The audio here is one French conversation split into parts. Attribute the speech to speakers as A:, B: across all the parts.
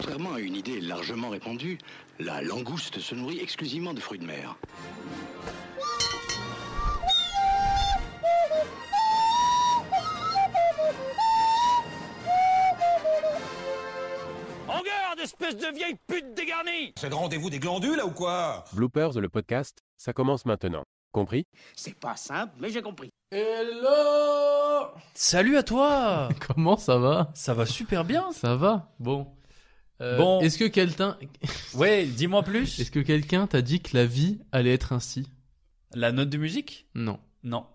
A: Contrairement à une idée largement répandue, la langouste se nourrit exclusivement de fruits de mer.
B: En garde, espèce de vieille pute dégarnie
C: C'est le rendez-vous des glandules là ou quoi
D: Bloopers, le podcast, ça commence maintenant. Compris
B: C'est pas simple, mais j'ai compris.
E: Hello
F: Salut à toi
E: Comment ça va
F: Ça va super bien
E: Ça va Bon. Euh,
F: Bon.
E: Est-ce que quelqu'un
F: Ouais, dis-moi plus.
E: est-ce que quelqu'un t'a dit que la vie allait être ainsi
F: La note de musique
E: Non.
F: Non.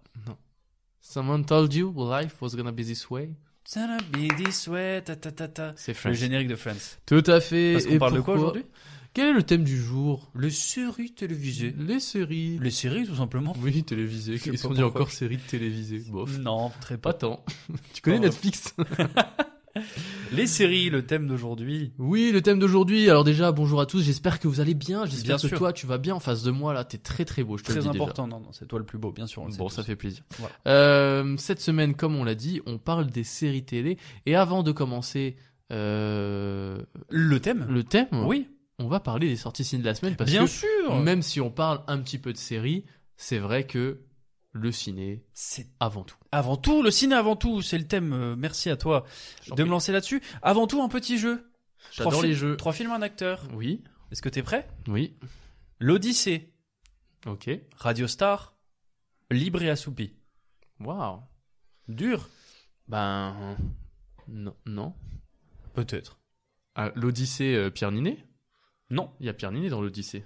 E: Someone told you life was gonna be this way
F: Gonna be this way, ta ta ta ta.
E: C'est French.
F: Le générique de Friends.
E: Tout à fait.
F: Parce qu'on
E: Et
F: parle de quoi
E: pourquoi
F: aujourd'hui
E: Quel est le thème du jour
F: Le série télévisée.
E: Les séries.
F: Les séries tout simplement.
E: Oui, télévisées.
F: Je sais
E: Ils
F: pas
E: sont dit
F: pourquoi.
E: encore séries télévisées. Bof.
F: Non, très
E: Pas
F: pas.
E: tant. tu connais
F: Oh.
E: Netflix
F: Les séries, le thème d'aujourd'hui.
E: Oui, le thème d'aujourd'hui. Alors déjà, bonjour à tous. J'espère que vous allez bien.
F: Bien
E: J'espère que
F: sûr.
E: toi, tu vas bien en face de moi là. T'es très très beau. Je te le
F: Très
E: dis déjà.
F: important. Non, non, c'est toi le plus beau, bien sûr. on le
E: Bon,
F: sait
E: ça
F: tous.
E: fait plaisir.
F: Voilà.
E: Euh, cette semaine, comme on l'a dit, on parle des séries télé. Et avant de commencer euh,
F: Le thème
E: le thème,
F: Oui.
E: on va parler des sorties ciné de la semaine. Parce
F: Bien
E: que
F: sûr
E: même si on parle un petit peu de séries, c'est vrai que le ciné,
F: C'est
E: avant tout.
F: avant tout, le ciné avant tout, c'est le thème. euh, merci à toi de me lancer là-dessus. Avant tout, un petit jeu. Trois
E: J'adore
F: fi-
E: les jeux.
F: Trois films, un acteur.
E: Oui,
F: Est-ce que t'es prêt
E: oui,
F: L'Odyssée,
E: ok.
F: Radio Star, Libre et Assoupi.
E: Waouh.
F: Dur
E: Ben, non. non.
F: Peut-être.
E: Ah, L'Odyssée, euh, Pierre Ninet
F: Non.
E: Il y a Pierre Ninet dans l'Odyssée.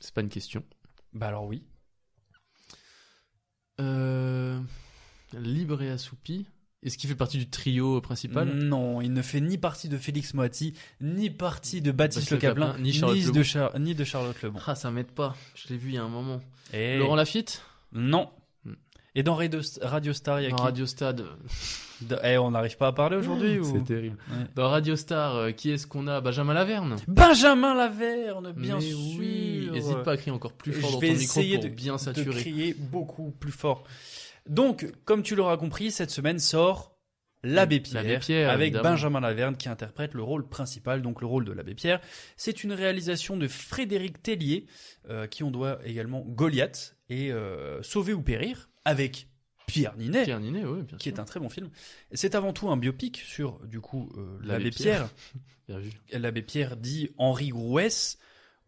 E: C'est pas une question.
F: Bah alors oui.
E: Euh, libre et assoupi. Est-ce qu'il fait partie du trio principal
F: Non, il ne fait ni partie de Félix Moati, ni partie de Baptiste
E: Baptiste
F: Le
E: Le Caplin,
F: Caplin,
E: ni Charlotte
F: de
E: Lebon.
F: Char- ni de Charlotte Lebon. Eh.
E: Ah, ça m'aide pas. Je l'ai vu il y a un moment.
F: Et
E: Laurent Lafitte
F: Non.
E: Hmm.
F: Et dans Radio, Radio Mmh. Star, Ah, il y a
E: Dans
F: qui
E: Radio Stade.
F: Da- Eh, on n'arrive pas à parler aujourd'hui ou...
E: C'est terrible.
F: Ouais.
E: Dans Radio Star, euh, qui est-ce qu'on a Benjamin Laverne
F: Benjamin Laverne, bien
E: Mais
F: sûr.
E: oui, n'hésite pas à crier encore plus fort
F: Je
E: dans
F: vais
E: ton micro
F: essayer
E: pour
F: de-
E: bien
F: de
E: saturer.
F: crier beaucoup plus fort. Donc, comme tu l'auras compris, cette semaine sort L'Abbé Pierre,
E: L'Abbé Pierre,
F: avec
E: évidemment.
F: Benjamin Laverne qui interprète le rôle principal, donc le rôle de l'Abbé Pierre. C'est une réalisation de Frédéric Tellier, euh, qui on doit également Goliath et euh, Sauver ou Périr, avec Pierre Ninet,
E: Pierre Ninet, oui, bien
F: qui est
E: sûr.
F: un très bon film. C'est avant tout un biopic sur, du coup, euh,
E: L'Abbé
F: l'Abbé Pierre.
E: Bien vu.
F: L'Abbé Pierre dit Henri Grouès,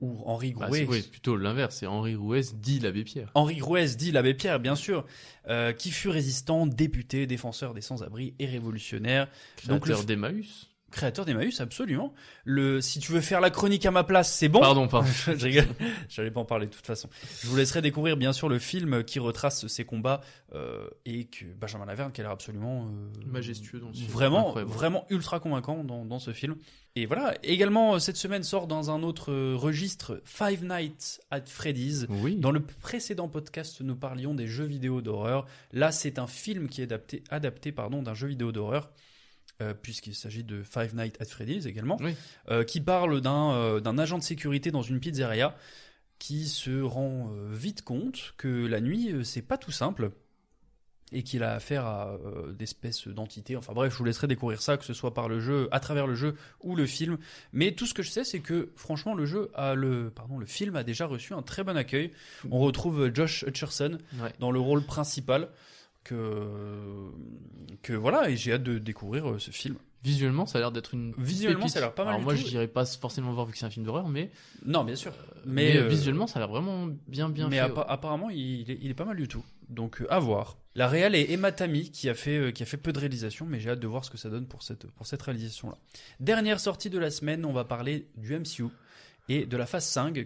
F: ou Henri
E: Bah,
F: Grouès,
E: c'est oui, plutôt l'inverse. C'est Henri Rouès dit l'abbé Pierre.
F: Henri Rouès dit l'abbé Pierre, bien sûr, euh, qui fut résistant, député, défenseur des sans-abri et révolutionnaire. Donc,
E: Créateur
F: le-
E: d'Emmaüs. Créateur d'Emmaüs, absolument. Le, si tu veux faire la chronique à ma place, c'est bon.
F: Pardon, pardon.
E: je rigole. J'allais pas en parler de toute façon. Je vous laisserai découvrir, bien sûr, le film qui retrace ces combats euh, et que Benjamin Laverne, qui a l'air absolument euh,
F: Majestueux dans ce film.
E: vraiment,
F: Incroyable.
E: vraiment ultra convaincant dans, dans ce film. Et voilà. Également, euh, cette semaine sort dans un autre euh, registre Five Nights at Freddy's.
F: Oui.
E: Dans le précédent podcast, nous parlions des jeux vidéo d'horreur. Là, c'est un film qui est adapté, adapté pardon, d'un jeu vidéo d'horreur, euh, puisqu'il s'agit de Five Nights at Freddy's également,
F: Oui.
E: euh, qui parle d'un euh, d'un agent de sécurité dans une pizzeria qui se rend euh, vite compte que la nuit, euh, c'est pas tout simple et qu'il a affaire à euh, d'espèces d'entités. Enfin bref, je vous laisserai découvrir ça, que ce soit par le jeu, à travers le jeu ou le film. Mais tout ce que je sais, c'est que franchement, le jeu a le, pardon, le film a déjà reçu un très bon accueil. On retrouve Josh Hutcherson
F: Ouais.
E: dans le rôle principal. Que, que voilà, et j'ai hâte de découvrir euh, ce film.
F: Visuellement, ça a l'air d'être une.
E: Visuellement,
F: pépite.
E: ça a l'air pas mal
F: Alors
E: du
F: moi,
E: tout.
F: je dirais pas forcément voir vu que c'est un film d'horreur, mais.
E: Non, bien sûr.
F: Mais,
E: euh,
F: visuellement, ça a l'air vraiment bien, bien
E: mais
F: fait.
E: appa- apparemment, il est, il est pas mal du tout. Donc, euh, à voir. La réal est Emma Tami, qui a fait, euh, qui a fait peu de réalisations, mais j'ai hâte de voir ce que ça donne pour cette, pour cette réalisation-là. Dernière sortie de la semaine, on va parler du MCU et de la phase 5.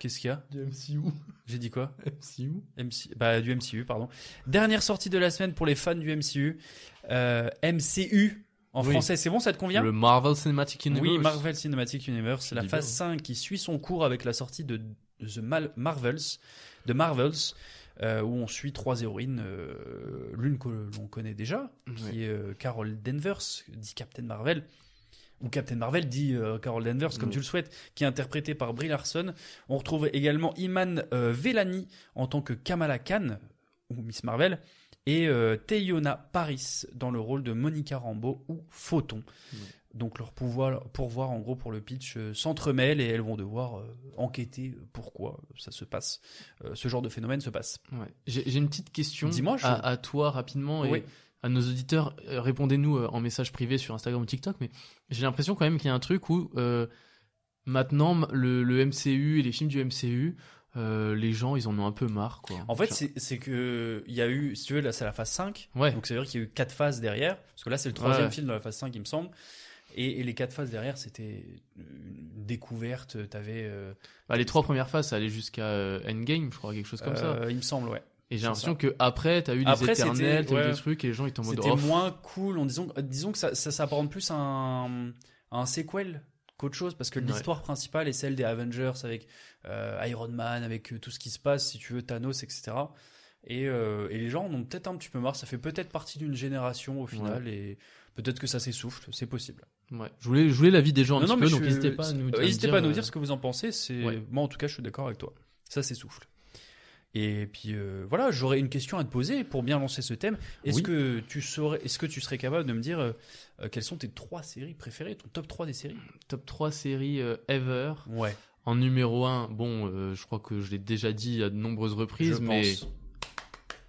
E: Qu'est-ce qu'il y a
F: Du MCU.
E: J'ai dit quoi
F: MCU.
E: MC bah, Du MCU, pardon. Dernière sortie de la semaine pour les fans du MCU. Euh, MCU, en
F: Oui.
E: français, c'est bon, ça te convient
F: Le Marvel Cinematic Universe.
E: oui, Marvel Cinematic Universe, la
F: Dis
E: phase
F: donc.
E: 5 qui suit son cours avec la sortie de de The Mal- Marvels, de Marvels, euh, où on suit trois héroïnes, euh, l'une que l'on connaît déjà, qui est euh, Carol Danvers, dit Captain Marvel, ou Captain Marvel dit euh, Carol Danvers, comme
F: Oui.
E: tu le souhaites, qui est interprétée par Brie Larson. On retrouve également Iman euh, Vellani en tant que Kamala Khan, ou Miss Marvel, et euh, Teyona Paris dans le rôle de Monica Rambeau ou Photon. Donc leur pouvoir, pourvoir en gros pour le pitch euh, s'entremêle et elles vont devoir euh, enquêter pourquoi ça se passe, Euh, ce genre de phénomène se passe.
F: Ouais. J'ai j'ai une petite question
E: Dis-moi, je-
F: à, à toi rapidement et
E: Oui.
F: à nos auditeurs. Euh, Répondez-nous euh, en message privé sur Instagram ou TikTok, mais j'ai l'impression quand même qu'il y a un truc où euh, maintenant m- le, le MCU et les films du MCU, euh, les gens ils en ont un peu marre. Quoi.
E: En fait,
F: Genre-
E: c'est c'est que il y a eu, si tu veux, là c'est la phase 5,
F: Ouais.
E: donc ça veut dire qu'il y a eu quatre phases derrière, parce que là c'est le troisième
F: Ouais.
E: film de la phase 5 il me semble. Et, et les quatre phases derrière, c'était une découverte. T'avais, euh,
F: Bah, les trois premières phases, ça allait jusqu'à euh, Endgame, je crois, quelque chose comme ça.
E: euh, il me semble, ouais.
F: Et j'ai
E: c'est
F: l'impression que après, t'as eu les
E: Après, c'était-
F: éternels, t'as eu
E: ouais.
F: des trucs et les gens ils t'ont en mode.
E: C'était
F: oh,
E: moins cool. En disons, disons que ça, ça s'apparente plus à un, à un sequel qu'autre chose, parce que
F: Ouais.
E: l'histoire principale est celle des Avengers avec euh, Iron Man, avec euh, tout ce qui se passe, si tu veux, Thanos, etc. Et, euh, et les gens en ont peut-être un petit peu marre. Ça fait peut-être partie d'une génération au final, et peut-être que ça s'essouffle. C'est possible.
F: Ouais, je voulais, je voulais l'avis des gens un
E: Non, non,
F: petit peu,
E: mais je
F: donc
E: suis-
F: n'hésitez pas à nous,
E: euh,
F: à
E: n'hésitez pas à nous
F: euh,
E: dire ce que vous en pensez. C'est
F: Ouais.
E: moi en tout cas, je suis d'accord avec toi. Ça s'essouffle. Et puis euh, voilà, j'aurais une question à te poser pour bien lancer ce thème. Est-ce
F: Oui.
E: que tu saurais, est-ce que tu serais capable de me dire euh, euh, quelles sont tes trois séries préférées, ton top 3 des séries
F: Top 3 séries euh, ever.
E: Ouais.
F: En numéro 1, bon, euh, je crois que je l'ai déjà dit à de nombreuses reprises,
E: je
F: mais
E: pense.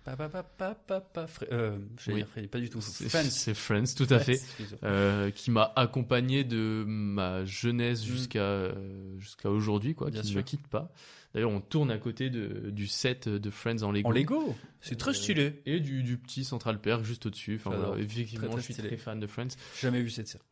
E: Pa, pa, pa, pa, pa, pa, Fré- euh, j'allais
F: Oui.
E: dire Freddy, pas du tout.
F: c'est
E: Friends.
F: c'est Friends, tout à
E: Friends,
F: fait,
E: excuse-moi.
F: euh, qui m'a accompagné de ma jeunesse jusqu'à euh, jusqu'à aujourd'hui, quoi,
E: Mm. Bien
F: qui ne
E: sûr.
F: me quitte pas. D'ailleurs, on tourne à côté de, du set de Friends en Lego.
E: En Lego, c'est très
F: Euh,
E: stylé.
F: Et du, du petit Central Perk juste au-dessus. Enfin,
E: J'adore.
F: voilà, effectivement,
E: Très, très
F: je suis
E: stylé.
F: très fan de Friends.
E: J'ai Jamais vu cette série.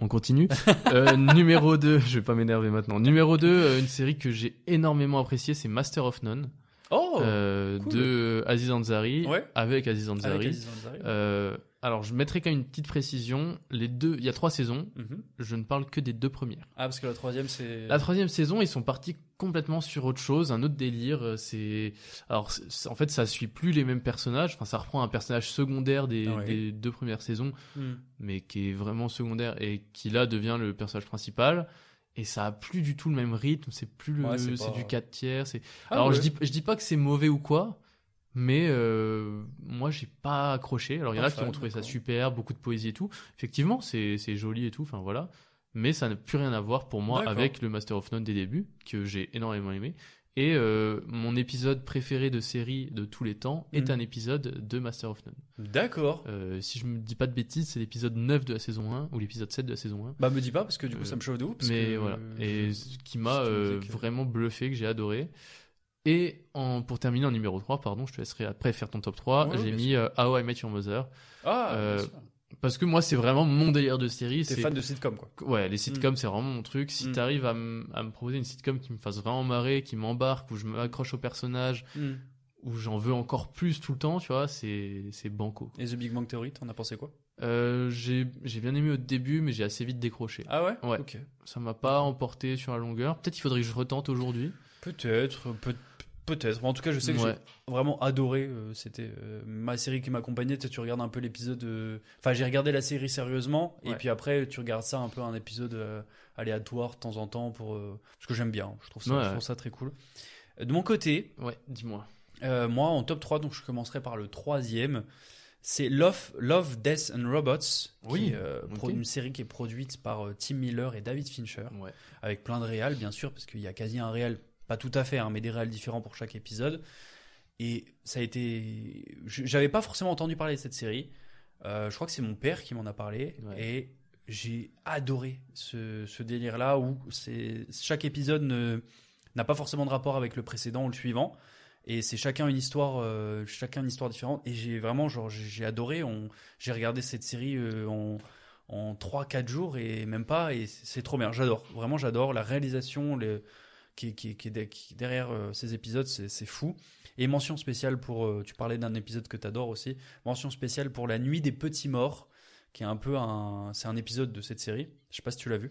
F: On continue. Euh, numéro 2, je vais pas m'énerver maintenant. Numéro 2, une série que j'ai énormément appréciée, c'est Master of None.
E: Oh,
F: euh,
E: cool.
F: de Aziz Ansari
E: Ouais.
F: avec Aziz
E: Avec
F: Ansari.
E: Aziz Ansari.
F: Euh, alors je mettrai quand même une petite précision. Les deux, il y a trois saisons.
E: Mhm.
F: Je ne parle que des deux premières.
E: Ah parce que la troisième c'est.
F: La troisième saison, ils sont partis complètement sur autre chose, un autre délire. euh, C'est alors c'est- c'est- en fait ça suit plus les mêmes personnages. Enfin ça reprend un personnage secondaire des,
E: Ah ouais.
F: des deux premières saisons,
E: Hmm.
F: mais qui est vraiment secondaire et qui là devient le personnage principal. Et ça a plus du tout le même rythme. C'est plus le,
E: Ouais, c'est
F: c'est
E: pas-
F: du 4 tiers. C'est
E: Ah
F: alors je
E: ouais.
F: dis je dis pas que c'est mauvais ou quoi, mais euh, moi j'ai pas accroché. Alors il y en
E: Pas
F: a qui
E: fan,
F: ont trouvé ça
E: Ah, d'accord.
F: super, beaucoup de poésie et tout. Effectivement, c'est c'est joli et tout. Enfin voilà, mais ça n'a plus rien à voir pour moi
E: D'accord.
F: avec le Master of None des débuts que j'ai énormément aimé. Et euh, mon épisode préféré de série de tous les temps est
E: Mhm.
F: un épisode de Master of None.
E: D'accord.
F: Euh, si je me dis pas de bêtises, c'est l'épisode 9 de la saison 1 ou l'épisode 7 de la saison 1
E: Bah me dis pas parce que du coup
F: Euh,
E: ça me chauffe de ouf. parce
F: mais
E: que-
F: voilà et ce qui m'a
E: je te
F: euh,
E: disais que-
F: vraiment bluffé que j'ai adoré et en, pour terminer en numéro 3 pardon je te laisserai après faire ton top 3
E: Ouais, ouais,
F: j'ai
E: bien
F: mis euh, How I Met Your Mother
E: Ah,
F: euh,
E: bien sûr.
F: Parce que moi, c'est vraiment mon délire de série.
E: T'es
F: c'est-
E: fan de sitcom, quoi. Hmm.
F: Ouais, les sitcoms, c'est vraiment mon truc. Si
E: Mm.
F: t'arrives à, m- à me proposer une sitcom qui me fasse vraiment marrer, qui m'embarque, où je m'accroche au personnage,
E: Mm.
F: où j'en veux encore plus tout le temps, tu vois, c'est c'est banco.
E: Et The Big Bang Theory, t'en as pensé quoi
F: Euh, j'ai j'ai bien aimé au début, mais j'ai assez vite décroché.
E: Ah ouais
F: Ouais.
E: Ok.
F: Ça m'a pas emporté sur la longueur. Peut-être qu'il faudrait que je retente aujourd'hui.
E: Peut-être, peut- peut-être. Mais en tout cas, je sais que
F: Ouais.
E: j'ai vraiment adoré. euh, C'était euh, ma série qui m'accompagnait. Tu, sais, tu regardes un peu l'épisode. euh, Enfin, j'ai regardé la série sérieusement. Et
F: Ouais.
E: puis après, tu regardes ça un peu un épisode euh, aléatoire de temps en temps pour. euh, Parce que j'aime bien. Je trouve ça,
F: Ouais,
E: je
F: ouais.
E: trouve ça très cool. Euh, De mon côté,
F: Ouais, dis-moi.
E: euh, moi en top 3, donc je commencerai par le troisième. C'est Love, Love, Death and Robots,
F: Oui,
E: qui est, euh, pro-
F: ok.
E: une série qui est produite par euh, Tim Miller et David Fincher
F: Ouais.
E: avec plein de réals bien sûr, parce qu'il y a quasi un réal, pas tout à fait, hein, mais des réals différents pour chaque épisode. Et ça a été, je- j'avais pas forcément entendu parler de cette série. Euh, je crois que c'est mon père qui m'en a parlé
F: Ouais.
E: et j'ai adoré ce, ce délire-là où c'est chaque épisode ne- n'a pas forcément de rapport avec le précédent ou le suivant. Et c'est chacun une histoire, euh, chacun une histoire différente. Et j'ai vraiment, genre, j'ai j'ai adoré. On, j'ai regardé cette série euh, en, en 3-4 jours et même pas, et c'est c'est trop bien. J'adore, vraiment j'adore la réalisation le, qui, qui, qui est de- qui est derrière euh, ces épisodes, c'est c'est fou. Et mention spéciale pour, euh, tu parlais d'un épisode que t'adores aussi, mention spéciale pour La Nuit des Petits Morts, qui est un peu un, c'est un épisode de cette série. Je sais pas si tu l'as vu.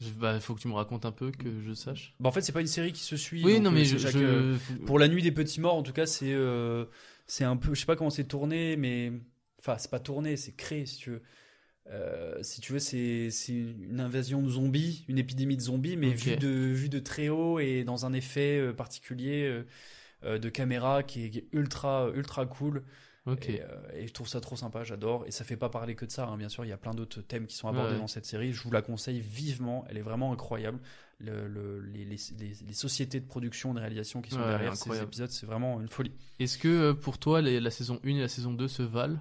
F: Je- Bah, faut que tu me racontes un peu que je sache.
E: Bah, en fait, c'est pas une série qui se suit.
F: Oui,
E: donc,
F: non,
E: euh,
F: mais
E: c'est
F: je.
E: chaque,
F: je-
E: euh,
F: faut-
E: pour la nuit des petits morts, en tout cas, c'est euh, c'est un peu, je sais pas comment c'est tourné, mais enfin, c'est pas tourné, c'est créé, si tu veux. Euh, si tu veux, c'est c'est une invasion de zombies, une épidémie de zombies, mais
F: Ok.
E: vue de vue de très haut et dans un effet euh, particulier euh, euh, de caméra qui est, qui est ultra ultra cool.
F: Ok.
E: Et, euh, et je trouve ça trop sympa, j'adore. Et ça fait pas parler que de ça, hein, bien sûr. Il y a plein d'autres thèmes qui sont abordés
F: Ouais, ouais.
E: dans cette série. Je vous la conseille vivement. Elle est vraiment incroyable. Le- le- les, les- les- les sociétés de production, de réalisation qui sont
F: Ouais,
E: derrière
F: incroyable.
E: ces épisodes, c'est vraiment une folie.
F: Est-ce que euh, pour toi, les- la saison 1 et la saison 2 se valent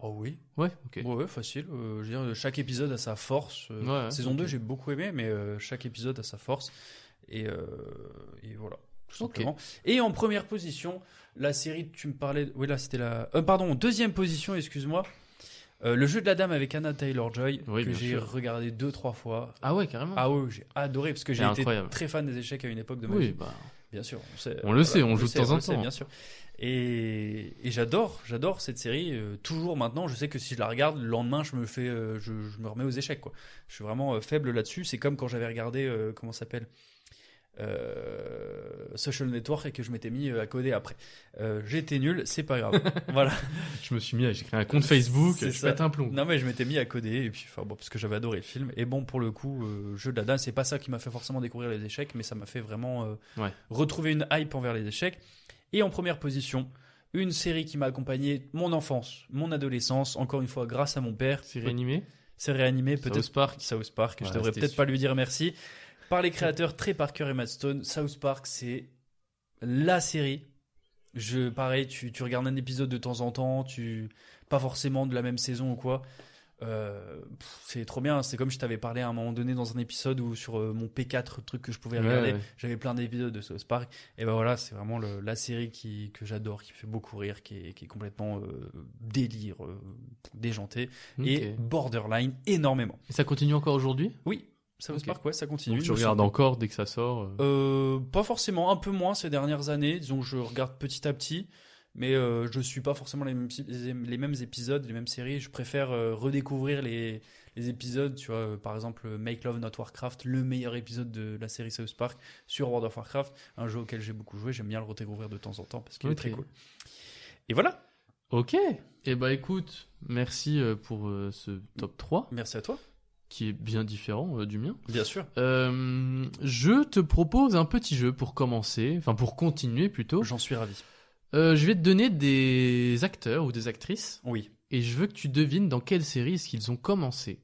E: Oh oui.
F: Ouais, ok.
E: Ouais, ouais, facile. Euh, je veux dire, chaque épisode a sa force. Euh,
F: Ouais, ouais,
E: saison
F: ok.
E: 2, j'ai beaucoup aimé, mais euh, chaque épisode a sa force. Et, euh, et voilà, tout
F: Ok.
E: simplement. Et en première position, la série, tu me parlais. Oui, là, c'était la. euh, pardon, en deuxième position, excuse-moi. Euh, le jeu de la dame avec Anna Taylor Joy,
F: Oui,
E: que
F: bien
E: j'ai
F: sûr.
E: regardé deux, trois fois.
F: Ah ouais, carrément.
E: Ah ouais, j'ai adoré parce que j'ai
F: C'est
E: été
F: incroyable.
E: très fan des échecs à une époque de ma
F: oui,
E: vie.
F: bah.
E: Bien sûr. sait-
F: On le sait, on joue
E: le
F: de temps
E: on
F: en
E: le sait,
F: temps.
E: bien sûr. Et, et j'adore, j'adore cette série. euh, toujours maintenant, je sais que si je la regarde, le lendemain, je me fais, euh, je, je me remets aux échecs. Quoi. Je suis vraiment euh, faible là-dessus. C'est comme quand j'avais regardé, euh, comment ça s'appelle Euh, Social Network et que je m'étais mis euh, à coder après. Euh, J'étais nul, c'est pas grave. voilà.
F: Je me suis mis, à- j'ai créé un compte Facebook,
E: C'est
F: je
E: ça.
F: pète un plomb.
E: Non mais je m'étais mis à coder et puis enfin bon parce que j'avais adoré le film et bon pour le coup euh, jeu de la dame c'est pas ça qui m'a fait forcément découvrir les échecs mais ça m'a fait vraiment euh,
F: Ouais.
E: retrouver une hype envers les échecs et en première position une série qui m'a accompagné mon enfance mon adolescence encore une fois grâce à mon père
F: C'est réanimé
E: c'est réanimé
F: South
E: peut-être
F: Park.
E: South Park je
F: Ouais,
E: devrais
F: c'était
E: peut-être
F: sûr.
E: pas lui dire merci par les créateurs Trey Parker et Matt Stone South Park c'est la série je pareil tu, tu regardes un épisode de temps en temps tu pas forcément de la même saison ou quoi euh, pff, c'est trop bien c'est comme je t'avais parlé à un moment donné dans un épisode où sur euh, mon P4 truc que je pouvais
F: Ouais,
E: regarder
F: ouais.
E: j'avais plein d'épisodes de South Park et ben voilà c'est vraiment le- la série qui que j'adore qui fait beaucoup rire qui est, qui est complètement euh, délire euh, déjanté
F: Ok.
E: et borderline énormément
F: Et ça continue encore aujourd'hui
E: oui South
F: Ok.
E: Park ouais ça continue
F: Donc
E: il
F: tu
E: me
F: regardes
E: semble.
F: encore dès que ça sort euh,
E: Euh, pas forcément, un peu moins ces dernières années. Disons que je regarde petit à petit, mais euh, je suis pas forcément les mêmes, les mêmes épisodes, les mêmes séries. Je préfère euh, redécouvrir les, les épisodes. Tu vois, euh, par exemple, Make Love Not Warcraft, le meilleur épisode de la série South Park sur World of Warcraft, un jeu auquel j'ai beaucoup joué. J'aime bien le redécouvrir de temps en temps parce qu'il
F: Ok.
E: est très cool. Et voilà.
F: Ok. Eh bah écoute, merci euh, pour euh, ce top 3
E: Merci à toi.
F: qui est bien différent euh, du mien.
E: Bien sûr.
F: Euh, je te propose un petit jeu pour commencer, enfin pour continuer plutôt.
E: J'en suis ravi.
F: Euh, je vais te donner des acteurs ou des actrices
E: Oui.
F: et je veux que tu devines dans quelle série est-ce qu'ils ont commencé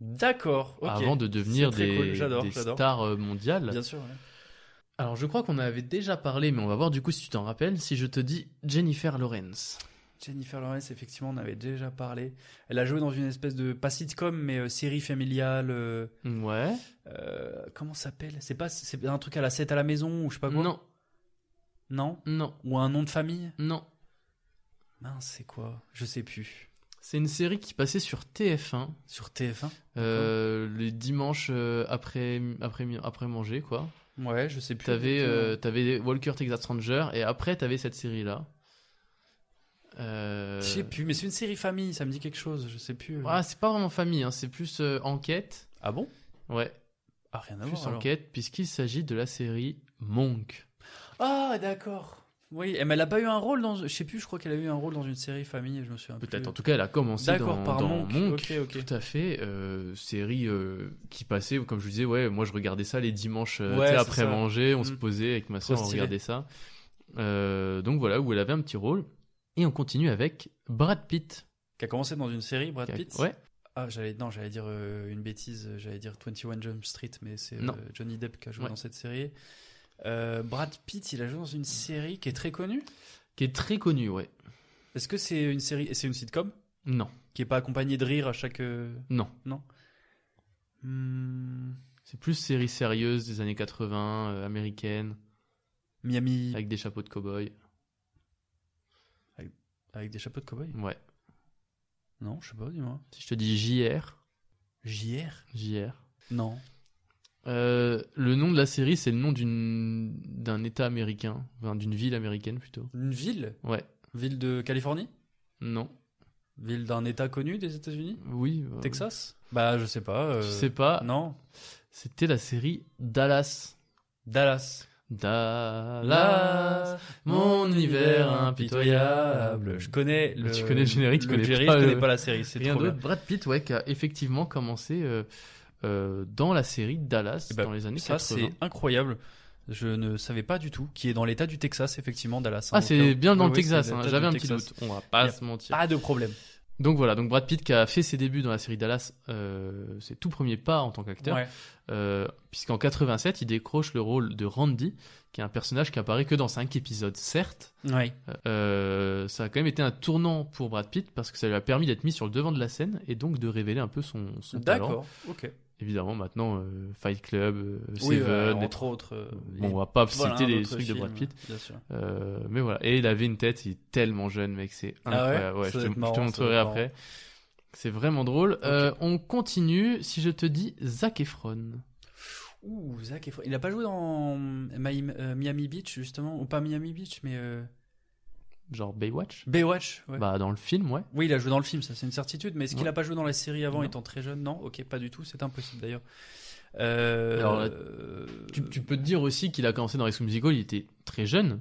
E: D'accord. ok.
F: avant de devenir
E: C'est très
F: des,
E: cool, j'adore,
F: des
E: j'adore.
F: stars euh, mondiales.
E: Bien sûr. ouais.
F: Alors je crois qu'on en avait déjà parlé, mais on va voir du coup si tu t'en rappelles, si je te dis Jennifer Lawrence.
E: Jennifer Lawrence, effectivement, on avait déjà parlé. Elle a joué dans une espèce de pas sitcom, mais euh, série familiale. euh,
F: Ouais.
E: euh, comment ça s'appelle C'est pas c'est un truc à la 7 à la maison ou je sais pas quoi.
F: Non,
E: Non
F: non,
E: Ou un nom de famille
F: non.
E: Mince, c'est quoi Je sais plus.
F: C'est une série qui passait sur TF1.
E: Sur TF1
F: euh, Les dimanches euh, après, après, après manger, quoi.
E: Ouais, je sais plus.
F: T'avais euh, t'avais Walker Texas Ranger et après t'avais cette série-là. Euh,
E: Je sais plus, mais c'est une série famille, ça me dit quelque chose, je sais plus.
F: Ah, c'est pas vraiment famille, hein, c'est plus euh, enquête.
E: Ah bon
F: Ouais.
E: Ah, rien à
F: Plus
E: voir. alors.
F: enquête, puisqu'il s'agit de la série Monk.
E: Ah, d'accord. Oui, eh, mais elle a pas eu un rôle dans. Je sais plus, je crois qu'elle a eu un rôle dans une série famille, je me souviens plus.
F: Peut-être, en tout cas, elle a commencé
E: D'accord,
F: dans,
E: par
F: dans
E: Monk.
F: Monk.
E: Ok, ok.
F: Tout à fait. euh, série euh, qui passait, comme je vous disais, ouais, moi je regardais ça les dimanches euh,
E: Ouais,
F: tu sais,
E: c'est
F: après
E: ça.
F: manger, on se
E: Mm.
F: posait avec ma
E: Trop
F: soeur, on
E: stylé.
F: regardait ça. Euh, donc voilà, où elle avait un petit rôle. Et on continue avec Brad Pitt.
E: Qui a commencé dans une série, Brad
F: qui a-
E: Pitt
F: Ouais,
E: Ah, j'allais, non, j'allais dire euh, une bêtise, euh, j'allais dire 21 Jump Street, mais c'est euh,
F: Non.
E: Johnny Depp qui a joué
F: Ouais.
E: dans cette série. Euh, Brad Pitt, il a joué dans une série qui est très connue.
F: qui est très connu, ouais.
E: Est-ce que c'est une série, c'est une sitcom
F: Non,
E: qui est pas accompagnée de rire à chaque. euh,
F: non.
E: Non. Hmm,
F: C'est plus série sérieuse des années 80, euh, américaine,
E: Miami avec...
F: avec des chapeaux de cow-boy.
E: des chapeaux de cowboy
F: Ouais.
E: Non, je sais pas, dis-moi.
F: Si je te dis JR,
E: JR
F: JR.
E: Non.
F: Euh, le nom de la série, c'est le nom d'une d'un État américain, enfin d'une ville américaine plutôt.
E: Une ville
F: Ouais.
E: Ville de Californie
F: Non.
E: Ville d'un état connu des États-Unis
F: Oui. euh,
E: Texas Bah, je sais pas. euh,
F: Je sais pas.
E: Non.
F: C'était la série Dallas.
E: Dallas.
F: Dallas, mon hiver impitoyable.
E: Je connais le.
F: Ah, Tu connais le générique, tu connais
E: générique,
F: pas
E: je connais
F: le-
E: pas la série. C'est
F: Rien
E: trop bien.
F: d'autre. Brad Pitt, ouais, qui a effectivement commencé euh, euh, dans la série Dallas
E: Eh ben,
F: dans les années
E: Ça,
F: 80.
E: c'est incroyable. Je ne savais pas du tout. Qui est dans l'état du Texas, effectivement, Dallas. hein,
F: Ah,
E: au cas
F: c'est
E: où.
F: bien dans
E: Oui,
F: le
E: oui,
F: Texas.
E: c'est
F: hein.
E: l'état
F: J'avais un
E: du
F: petit
E: Texas.
F: doute. On va
E: Y
F: pas
E: a
F: se mentir.
E: Pas de problème.
F: Donc voilà, donc Brad Pitt qui a fait ses débuts dans la série Dallas, euh, ses tout premiers pas en tant qu'acteur,
E: Ouais.
F: euh, puisqu'en 87, il décroche le rôle de Randy, qui est un personnage qui apparaît que dans 5 épisodes, certes.
E: Ouais.
F: Euh, ça a quand même été un tournant pour Brad Pitt, parce que ça lui a permis d'être mis sur le devant de la scène, et donc de révéler un peu son, son talent.
E: D'accord. Ok.
F: Évidemment, maintenant, euh, Fight Club, euh,
E: Oui,
F: Seven,
E: euh,
F: des-
E: entre autres. euh,
F: bon,
E: et-
F: on va pas
E: voilà,
F: citer
E: un
F: les
E: autre
F: trucs de
E: film,
F: Brad Pitt.
E: Bien sûr.
F: Euh, mais voilà. Et il avait une tête, il est tellement jeune, mec, c'est
E: Ah ouais
F: incroyable.
E: Ça
F: je,
E: doit
F: te,
E: être
F: je te
E: marrant, ça doit
F: montrerai
E: être
F: après. C'est vraiment drôle. Euh, on continue. Si je te dis Zac Efron,
E: Ouh, Zach Efron. Il a pas joué dans Mi- euh, Miami Beach, justement. Ou pas Miami Beach, mais. euh,
F: genre Baywatch.
E: Baywatch. ouais.
F: Bah dans le film, ouais.
E: Oui, il a joué dans le film, ça c'est une certitude. Mais est-ce qu'il
F: Ouais.
E: a pas joué dans la série avant,
F: Non.
E: étant très jeune Non Ok, pas du tout, c'est impossible d'ailleurs. Euh,
F: Alors là,
E: euh,
F: Tu, tu peux te dire aussi qu'il a commencé dans les School Musical, il était très jeune.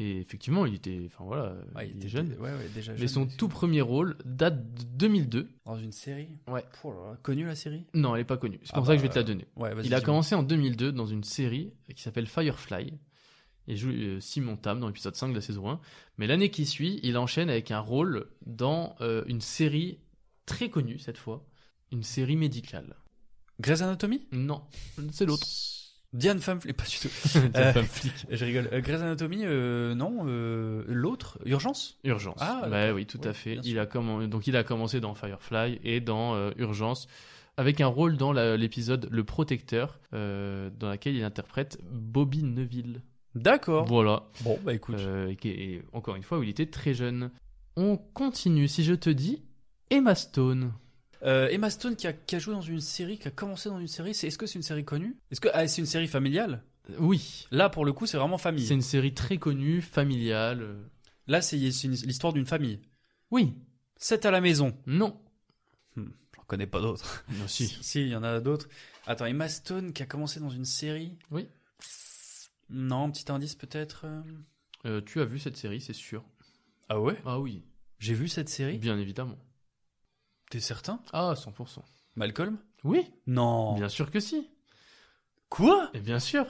F: Et effectivement, il était, enfin voilà, il,
E: ouais, il
F: est
E: était
F: jeune.
E: ouais, ouais, déjà
F: mais
E: jeune,
F: son tout premier rôle date de 2002.
E: Dans une série
F: Ouais.
E: Pouh là là, Connue la série
F: Non, elle est pas connue. C'est
E: Ah
F: pour ça
E: bah,
F: que je vais te la donner.
E: Ouais, vas-y.
F: Il a
E: dis-moi.
F: commencé en 2002 dans une série qui s'appelle Firefly. Il joue euh, Simon Tam dans l'épisode 5 de la saison 1. Mais l'année qui suit, il enchaîne avec un rôle dans euh, une série très connue cette fois. Une série médicale.
E: Grey's Anatomy
F: Non, c'est l'autre.
E: Diane Famfli, pas du tout.
F: C'est
E: Euh,
F: pas le flic.
E: Je rigole. Euh, Grey's Anatomy, euh, non. euh, L'autre Urgence
F: Urgence.
E: Ah,
F: Bah
E: d'accord.
F: oui, tout
E: Ouais,
F: à fait.
E: bien
F: Il
E: sûr.
F: a commen- Donc il a commencé dans Firefly et dans euh, Urgence avec un rôle dans la- l'épisode Le Protecteur euh, dans laquelle il interprète Bobby Neville.
E: D'accord. Bon.
F: Voilà.
E: bah écoute.
F: Euh, et, qui- et encore une fois où il était très jeune. On continue, si je te dis Emma Stone.
E: Euh, Emma Stone qui a, qui a joué dans une série, qui a commencé dans une série, c'est- est-ce que c'est une série connue Est-ce que ah, c'est une série familiale
F: Euh, Oui,
E: Là, pour le coup, c'est vraiment famille.
F: c'est une série très connue, familiale. euh,
E: Là, c'est c'est une- l'histoire d'une famille.
F: Oui,
E: 7 à la maison.
F: non.
E: J'en connais pas d'autres.
F: Non, si.
E: Si, il y en a d'autres. Attends, Emma Stone qui a commencé dans une série
F: Oui.
E: Non, petit indice peut-être euh
F: Euh, tu as vu cette série, c'est sûr.
E: Ah ouais
F: Ah oui,
E: J'ai vu cette série
F: bien évidemment.
E: T'es certain
F: Ah, 100%.
E: Malcolm
F: Oui,
E: Non.
F: bien sûr que si.
E: Quoi
F: Et bien sûr,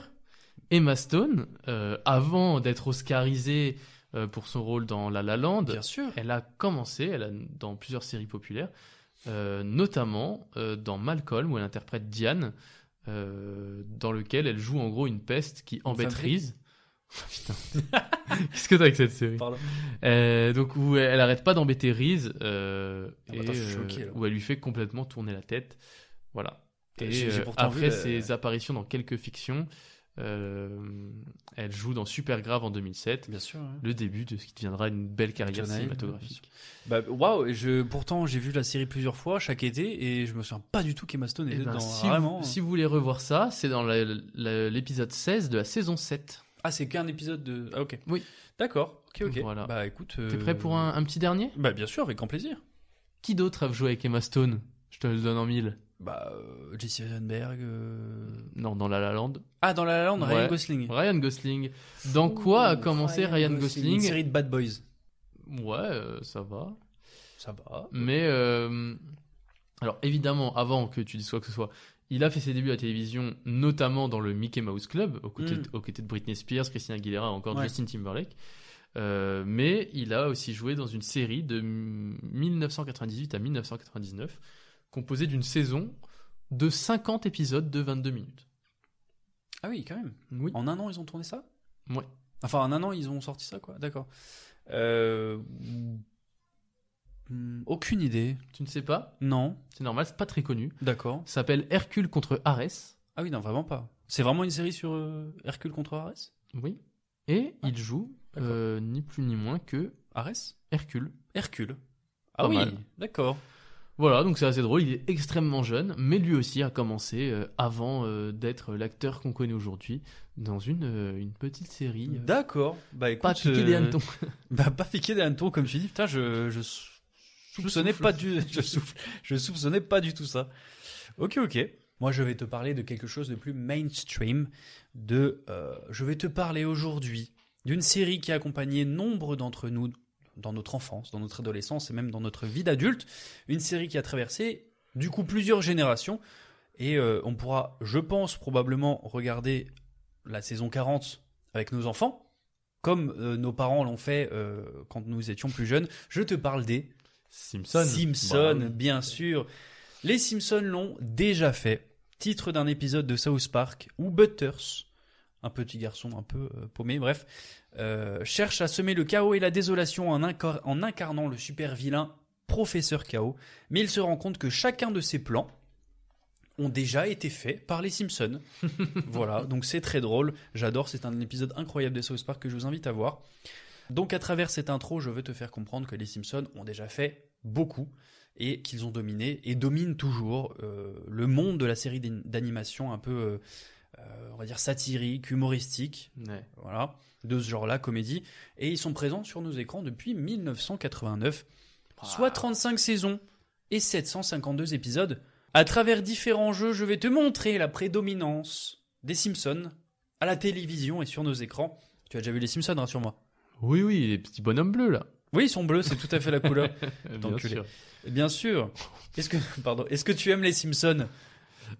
F: Emma Stone, euh, avant d'être Oscarisée euh, pour son rôle dans La La Land,
E: Bien sûr.
F: elle a commencé elle a, dans plusieurs séries populaires, euh, notamment euh, dans Malcolm, où elle interprète Diane, euh, dans lequel elle joue en gros une peste qui embête
E: femme grise.
F: Reese. Putain, qu'est-ce que t'as avec cette série
E: Pardon.
F: Euh, Donc, où elle, elle arrête pas d'embêter Reese, euh,
E: Ah bah
F: et,
E: attends, je suis
F: euh,
E: choqué, là.
F: où elle lui fait complètement tourner la tête. Voilà. Et
E: J'ai- j'ai
F: euh,
E: pourtant vu
F: après
E: la-
F: ses apparitions dans quelques fictions, Euh, elle joue dans Super Grave en 2007.
E: Bien sûr. ouais.
F: Le début de ce qui deviendra une belle carrière
E: John Hamm,
F: cinématographique.
E: Bah, waouh, je, pourtant j'ai vu la série plusieurs fois chaque été et je me souviens pas du tout qu'Emma Stone
F: Eh
E: était
F: ben,
E: dedans.
F: si,
E: vraiment. hein.
F: vous, si vous voulez revoir ça, c'est dans la- la- l'épisode 16 de la saison 7.
E: Ah, c'est qu'un épisode de. Ah, ok.
F: Oui.
E: D'accord. Ok, ok.
F: Voilà.
E: Bah écoute.
F: T'es prêt pour un, un petit dernier
E: Bah bien sûr, avec grand plaisir.
F: Qui d'autre a joué avec Emma Stone Je te le donne en mille.
E: Bah, euh, Jesse Eisenberg. euh,
F: Non, dans La La Land.
E: Ah, dans La La Land, Ryan
F: Ouais.
E: Gosling.
F: Ryan Gosling. Dans quoi a commencé Ryan,
E: Une
F: Gosling,
E: série de Bad Boys.
F: Ouais, euh, ça va.
E: Ça va.
F: Mais euh, alors évidemment, avant que tu dises quoi que ce soit, il a fait ses débuts à la télévision, notamment dans le Mickey Mouse Club, aux côtés,
E: Mm.
F: de, aux côtés de Britney Spears, Christina Aguilera, encore
E: Ouais.
F: Justin Timberlake. Euh, mais il a aussi joué dans une série de 1998 à 1999, composée d'une saison de 50 épisodes de 22 minutes.
E: Ah oui, quand même.
F: Oui.
E: En un an, ils ont tourné ça
F: Ouais.
E: Enfin, en un an, ils ont sorti ça, quoi. D'accord. Euh... hmm, Aucune idée.
F: Tu ne sais pas
E: Non.
F: C'est normal, c'est pas très connu.
E: D'accord.
F: Ça s'appelle Hercule contre Arès.
E: Ah oui, non, vraiment pas. C'est vraiment une série sur euh, Hercule contre Arès
F: Oui. Et il joue
E: d'accord.
F: euh, ni plus ni moins que
E: Arès
F: Hercule.
E: Hercule. Ah
F: Pas
E: oui,
F: mal.
E: d'accord.
F: Voilà, donc c'est assez drôle, il est extrêmement jeune, mais lui aussi a commencé euh, avant euh, d'être l'acteur qu'on connaît aujourd'hui dans une, euh, une petite série. euh,
E: D'accord. Bah écoute,
F: pas piqué des
E: euh,
F: hannetons.
E: Bah pas piqué des hannetons comme tu dis. Putain, je je sou- soupçonnais
F: souffle.
E: pas du je souffle, je soupçonnais pas du tout ça. OK, OK. Moi, je vais te parler de quelque chose de plus mainstream de euh, je vais te parler aujourd'hui d'une série qui a accompagné nombre d'entre nous dans notre enfance, dans notre adolescence et même dans notre vie d'adulte, une série qui a traversé du coup plusieurs générations et euh, on pourra, je pense probablement regarder la saison 40 avec nos enfants comme euh, nos parents l'ont fait euh, quand nous étions plus jeunes. Je te parle des
F: Simpson.
E: Simpsons,
F: Bah,
E: bien sûr. Les Simpsons l'ont déjà fait. Titre d'un épisode de South Park où Butters, un petit garçon un peu euh, paumé, bref, euh, cherche à semer le chaos et la désolation en, incar- en incarnant le super vilain Professeur Chaos. Mais il se rend compte que chacun de ses plans ont déjà été faits par les Simpsons. voilà, donc c'est très drôle. J'adore, c'est un épisode incroyable de South Park que je vous invite à voir. Donc à travers cette intro, je veux te faire comprendre que les Simpsons ont déjà fait beaucoup et qu'ils ont dominé et dominent toujours euh, le monde de la série d'an- d'animation un peu, euh, euh, on va dire, satirique, humoristique,
F: ouais.
E: voilà, de ce genre-là, comédie. Et ils sont présents sur nos écrans depuis 1989, soit 35 saisons et 752 épisodes. À travers différents jeux, je vais te montrer la prédominance des Simpsons à la télévision et sur nos écrans. Tu as déjà vu les Simpsons, rassure-moi.
F: Oui, oui, les petits bonhommes bleus là.
E: Oui, ils sont bleus, c'est tout à fait la couleur.
F: bien
E: T'enculé.
F: sûr.
E: Bien sûr. Est-ce que, pardon, est-ce que tu aimes les Simpsons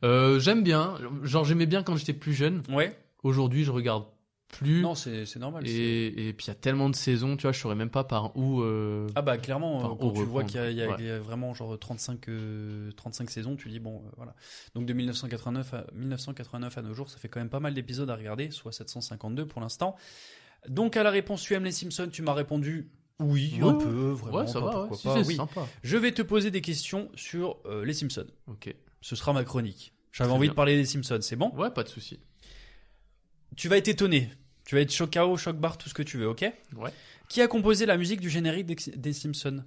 F: Euh, J'aime bien, genre j'aimais bien quand j'étais plus jeune.
E: Ouais.
F: Aujourd'hui, je regarde plus.
E: Non, c'est c'est normal. c'est-
F: et et puis il y a tellement de saisons, tu vois, je saurais même pas par où. euh,
E: Ah bah clairement, euh,
F: Enfin,
E: quand
F: on
E: tu vois
F: reprend,
E: qu'il y a- il y, a-
F: ouais.
E: il y a vraiment genre 35, euh, 35 saisons, tu dis bon, euh, voilà. Donc de 1989 à, 1989 à nos jours, ça fait quand même pas mal d'épisodes à regarder, soit 752 pour l'instant. Donc à la réponse, tu aimes les Simpsons, tu m'as répondu oui,
F: Ouais,
E: un peu, vraiment,
F: ouais, ça
E: pas,
F: va, ouais.
E: pourquoi
F: Si,
E: pas,
F: c'est
E: oui.
F: sympa.
E: Je vais te poser des questions sur euh, les Simpsons.
F: Ok.
E: Ce sera ma chronique. J'avais
F: Très
E: envie
F: bien.
E: de parler des Simpsons, c'est bon
F: Ouais, pas de souci.
E: Tu vas être étonné. Tu vas être choc KO, choc bar, tout ce que tu veux, ok
F: Ouais.
E: Qui a composé la musique du générique des, des Simpsons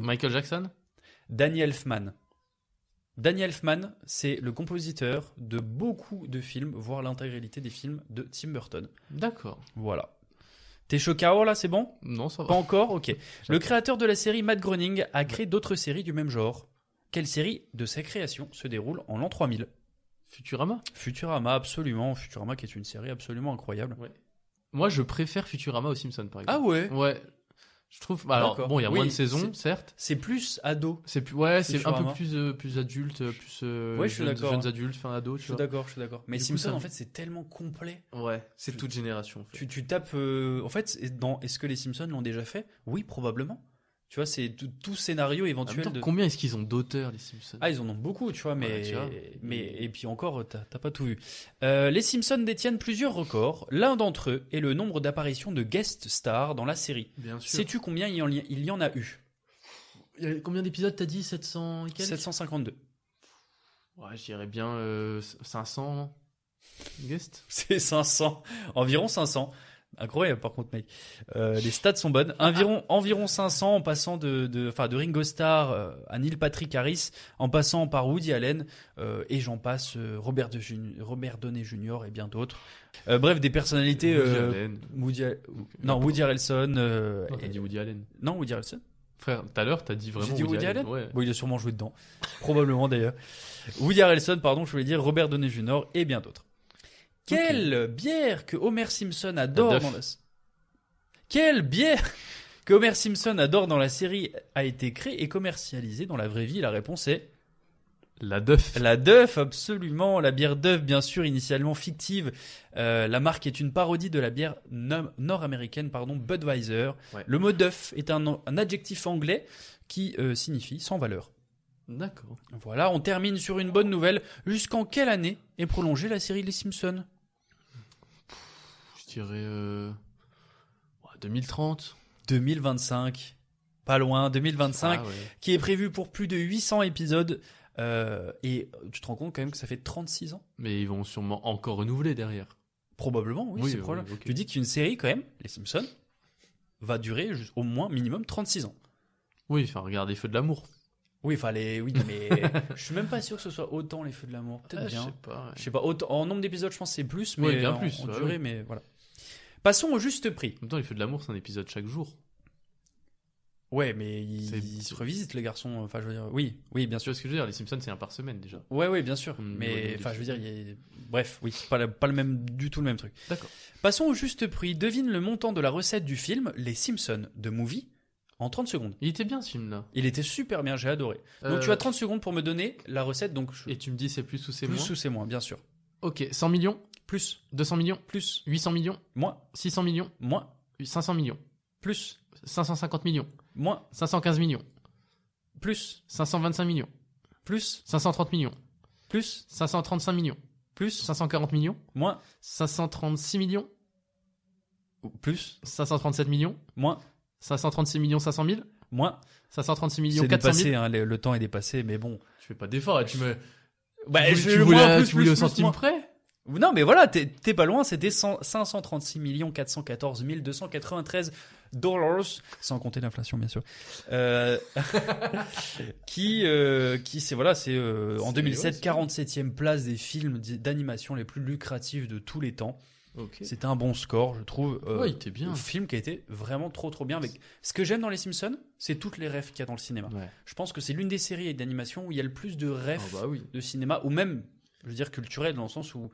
F: Michael Jackson
E: Danny Elfman. Danny Elfman, c'est le compositeur de beaucoup de films, voire l'intégralité des films de Tim Burton.
F: D'accord.
E: Voilà. T'es choc KO là, c'est bon
F: Non, ça va.
E: Pas encore Ok. Le créateur de la série, Matt Groening, a créé d'autres séries du même genre. Quelle série de sa création se déroule en l'an 3000
F: Futurama
E: Futurama, absolument. Futurama qui est une série absolument incroyable. Ah
F: Moi, je préfère Futurama aux Simpsons, par exemple.
E: ouais
F: Ouais. Je trouve. bah, alors,
E: D'accord.
F: bon, il y a
E: Oui,
F: moins de saisons,
E: c'est-
F: certes.
E: C'est plus ado.
F: C'est plus, ouais, c'est un peu
E: Futurama.
F: plus, euh, plus adulte, euh, plus euh,
E: Ouais, je suis
F: jeunes,
E: d'accord. hein.
F: jeunes adultes, fin ado,
E: Je
F: tu
E: suis
F: vois.
E: d'accord, je suis d'accord. Mais
F: Du coup,
E: Simpson,
F: ça-
E: en fait, c'est tellement complet.
F: Ouais, c'est toute génération. en fait.
E: Tu, tu tapes. euh, en fait, c'est dans Est-ce que les Simpsons l'ont déjà fait Oui, probablement. Tu vois, c'est tout, tout scénario
F: En même
E: éventuel.
F: temps,
E: de...
F: combien est-ce qu'ils ont d'auteurs, les Simpsons
E: Ah, ils en ont beaucoup, tu vois, mais,
F: Ouais, tu vois.
E: mais et puis encore, t'as t'as pas tout vu. Euh, les Simpsons détiennent plusieurs records. L'un d'entre eux est le nombre d'apparitions de guest stars dans la série.
F: Bien sûr.
E: Sais-tu combien il y en, il y en a eu
F: Il y a Combien d'épisodes t'as dit 700 et quelques
E: 752.
F: Ouais, je dirais bien euh, 500 guests.
E: C'est 500, environ 500. Incroyable par contre mec. Euh, les stats sont bonnes. Environ, environ 500 en passant de, de, enfin, de Ringo Starr euh, à Neil Patrick Harris, en passant par Woody Allen euh, et j'en passe euh, Robert, de Jun- Robert Downey Jr. et bien d'autres. Euh, bref, des personnalités...
F: Woody
E: euh,
F: Allen.
E: Woody Al- non, Woody Harrelson. euh,
F: Non, t'as
E: et-
F: dit Woody Allen.
E: non, Woody Harrelson.
F: Frère, tout à l'heure, t'as dit vraiment
E: J'ai dit Woody, Allen,
F: Ouais.
E: Bon, il a sûrement joué dedans. Probablement d'ailleurs. Woody Harrelson, pardon, je voulais dire Robert Downey Jr. et bien d'autres. Quelle bière que Homer Simpson adore
F: La Duff.
E: dans la... Quelle bière que Homer Simpson adore dans la série a été créée et commercialisée dans la vraie vie La réponse est
F: La Duff.
E: la Duff, absolument. La bière Duff, bien sûr, initialement fictive. Euh, la marque est une parodie de la bière no- nord-américaine, pardon, Budweiser.
F: Ouais.
E: Le mot Duff est un, an- un adjectif anglais qui euh, signifie sans valeur.
F: D'accord.
E: Voilà, on termine sur une bonne nouvelle. Jusqu'en quelle année est prolongée la série Les Simpsons
F: Je dirais euh, ouais, 2030.
E: 2025. Pas loin, 2025,
F: Ah ouais.
E: qui est prévu pour plus de 800 épisodes. Euh, et tu te rends compte quand même que ça fait 36 ans
F: Mais ils vont sûrement encore renouveler derrière.
E: Probablement, oui,
F: Oui,
E: c'est
F: oui,
E: probable.
F: ok.
E: Tu dis qu'une série, quand même, Les Simpsons, va durer jus- au moins minimum 36 ans.
F: Oui, enfin, regardez Feux de l'amour.
E: Oui, enfin, les... oui, mais je suis même pas sûr que ce soit autant les Feux de l'amour. Peut-être
F: Ah, Je
E: bien.
F: sais pas. ouais.
E: Je sais pas, autant- en nombre d'épisodes, je pense que c'est plus, mais
F: Oui, bien
E: en-
F: plus,
E: en
F: bah
E: durée,
F: oui.
E: mais voilà. Passons au juste prix.
F: En même temps, les Feux de l'amour, c'est un épisode chaque jour.
E: Ouais, mais
F: C'est-
E: ils il se revisitent, les garçons. Enfin, je veux dire, oui, oui, bien
F: Tu vois ce que je veux dire Les Simpsons, c'est un par semaine déjà.
E: Ouais, ouais, bien sûr.
F: Comme niveau
E: Mais
F: de-
E: enfin, je veux dire, il y a- bref, oui, c'est pas, la- pas le même, du tout le même truc.
F: D'accord.
E: Passons au juste prix. Devine le montant de la recette du film Les Simpsons de Movie en 30 secondes.
F: Il était bien ce film-là.
E: Il était super bien, j'ai adoré. Donc
F: Euh,
E: tu as 30 secondes pour me donner la recette, donc je...
F: Et tu me dis c'est plus ou c'est
E: plus
F: moins
E: ou c'est moins, bien sûr.
F: Ok, 100 millions,
E: Plus,
F: 200 millions,
E: plus,
F: 800 millions,
E: moins,
F: 600 millions,
E: moins,
F: 500 millions,
E: plus,
F: 550 millions,
E: moins,
F: 515 millions,
E: plus,
F: 525 millions,
E: plus,
F: 530 millions,
E: plus,
F: 535 millions,
E: plus,
F: 540 millions,
E: moins,
F: 536 millions,
E: plus,
F: 537 millions,
E: moins,
F: 536 millions 500 000,
E: moins.
F: 536
E: C'est
F: millions 400 000.
E: dépassé, hein, le, le temps est dépassé, mais bon.
F: Tu fais pas d'effort, tu me.
E: Bah,
F: tu voulais,
E: je-
F: tu voulais-
E: moins, plus,
F: tu voulais
E: plus,
F: au
E: plus,
F: centime
E: moins.
F: près
E: Non, mais voilà, t'es t'es pas loin, c'était 100 536 414 293 dollars, sans compter l'inflation, bien sûr. Euh, qui, euh, qui c'est voilà, c'est euh, en
F: C'est-
E: 2007
F: ouais, c'est-
E: 47e place des films d'i- d'animation les plus lucratifs de tous les temps.
F: Ok.
E: C'est un bon score, je trouve. euh,
F: Ouais, il était bien.
E: Un film qui a été vraiment trop trop bien. Avec ce que j'aime dans les Simpsons, c'est toutes les rêves qu'il y a dans le cinéma.
F: Ouais.
E: Je pense que c'est l'une des séries d'animation où il y a le plus de rêves
F: Ah bah oui.
E: de cinéma, ou même, je veux dire, culturel, dans le sens où,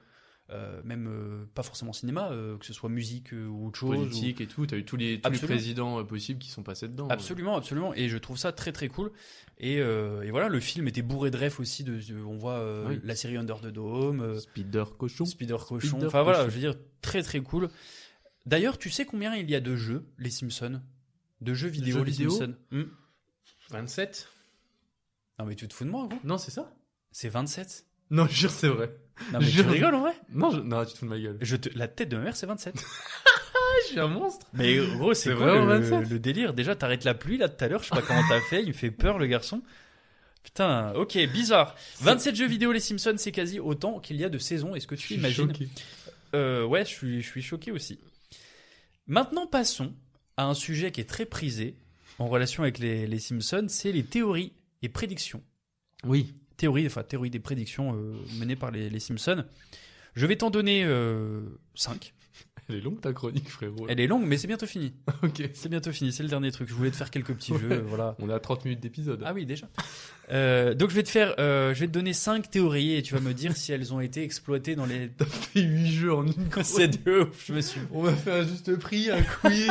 E: euh, même euh, pas forcément cinéma, euh, que ce soit musique euh, ou autre chose. ou-
F: Politique et tout, t'as eu tous les, tous les
E: Absolument.
F: présidents euh, possibles qui sont passés dedans.
E: Absolument, absolument. Et je trouve ça très très cool. Et, euh, et voilà, le film était bourré de rêves aussi. De, de- on voit euh,
F: Oui.
E: la série Under the Dome, euh,
F: Spider cochon.
E: Spider Cochon.
F: Spider
E: Enfin voilà,
F: Cochon.
E: je veux dire, très très cool. D'ailleurs, tu sais combien il y a de jeux, les Simpsons De jeux vidéo,
F: jeux
E: les
F: vidéo
E: Simpsons Hmm.
F: 27
E: Non mais tu te fous de moi, gros
F: Non, c'est ça
E: C'est 27
F: Non, je jure, c'est vrai.
E: Non mais
F: Je-
E: tu rigoles hein. en vrai
F: Non, je- non, tu te fous de ma gueule.
E: je te... La tête de ma mère, c'est 27.
F: Je suis un monstre.
E: Mais gros, c'est
F: C'est
E: quoi
F: vraiment
E: le,
F: 27?
E: le délire Déjà, t'arrêtes la pluie là tout à l'heure, je sais pas comment t'as fait, il me fait peur le garçon. Putain, oh, ok, bizarre. 27 jeux vidéo Les Simpsons, c'est quasi autant qu'il y a de saisons, est-ce que tu imagines Euh, Ouais, je suis, je suis choqué aussi. Maintenant, passons à un sujet qui est très prisé en relation avec les, les Simpsons, c'est les théories et prédictions.
F: Oui.
E: Théorie, enfin, théorie des prédictions euh, menées par les, les Simpsons. Je vais t'en donner euh, 5.
F: Elle est longue ta chronique, frérot.
E: Elle est longue, mais c'est bientôt fini.
F: Ok.
E: C'est bientôt fini, c'est le dernier truc. Je voulais te faire quelques petits jeux, euh, voilà.
F: On est à 30 minutes d'épisode.
E: Ah oui, déjà. Euh, donc je vais te faire, euh, je vais te donner cinq théories et tu vas me dire si elles ont été exploitées dans les.
F: T'as fait 8 jeux en une
E: C'est de ouf, je me suis.
F: On m'a fait un juste prix, un quiz.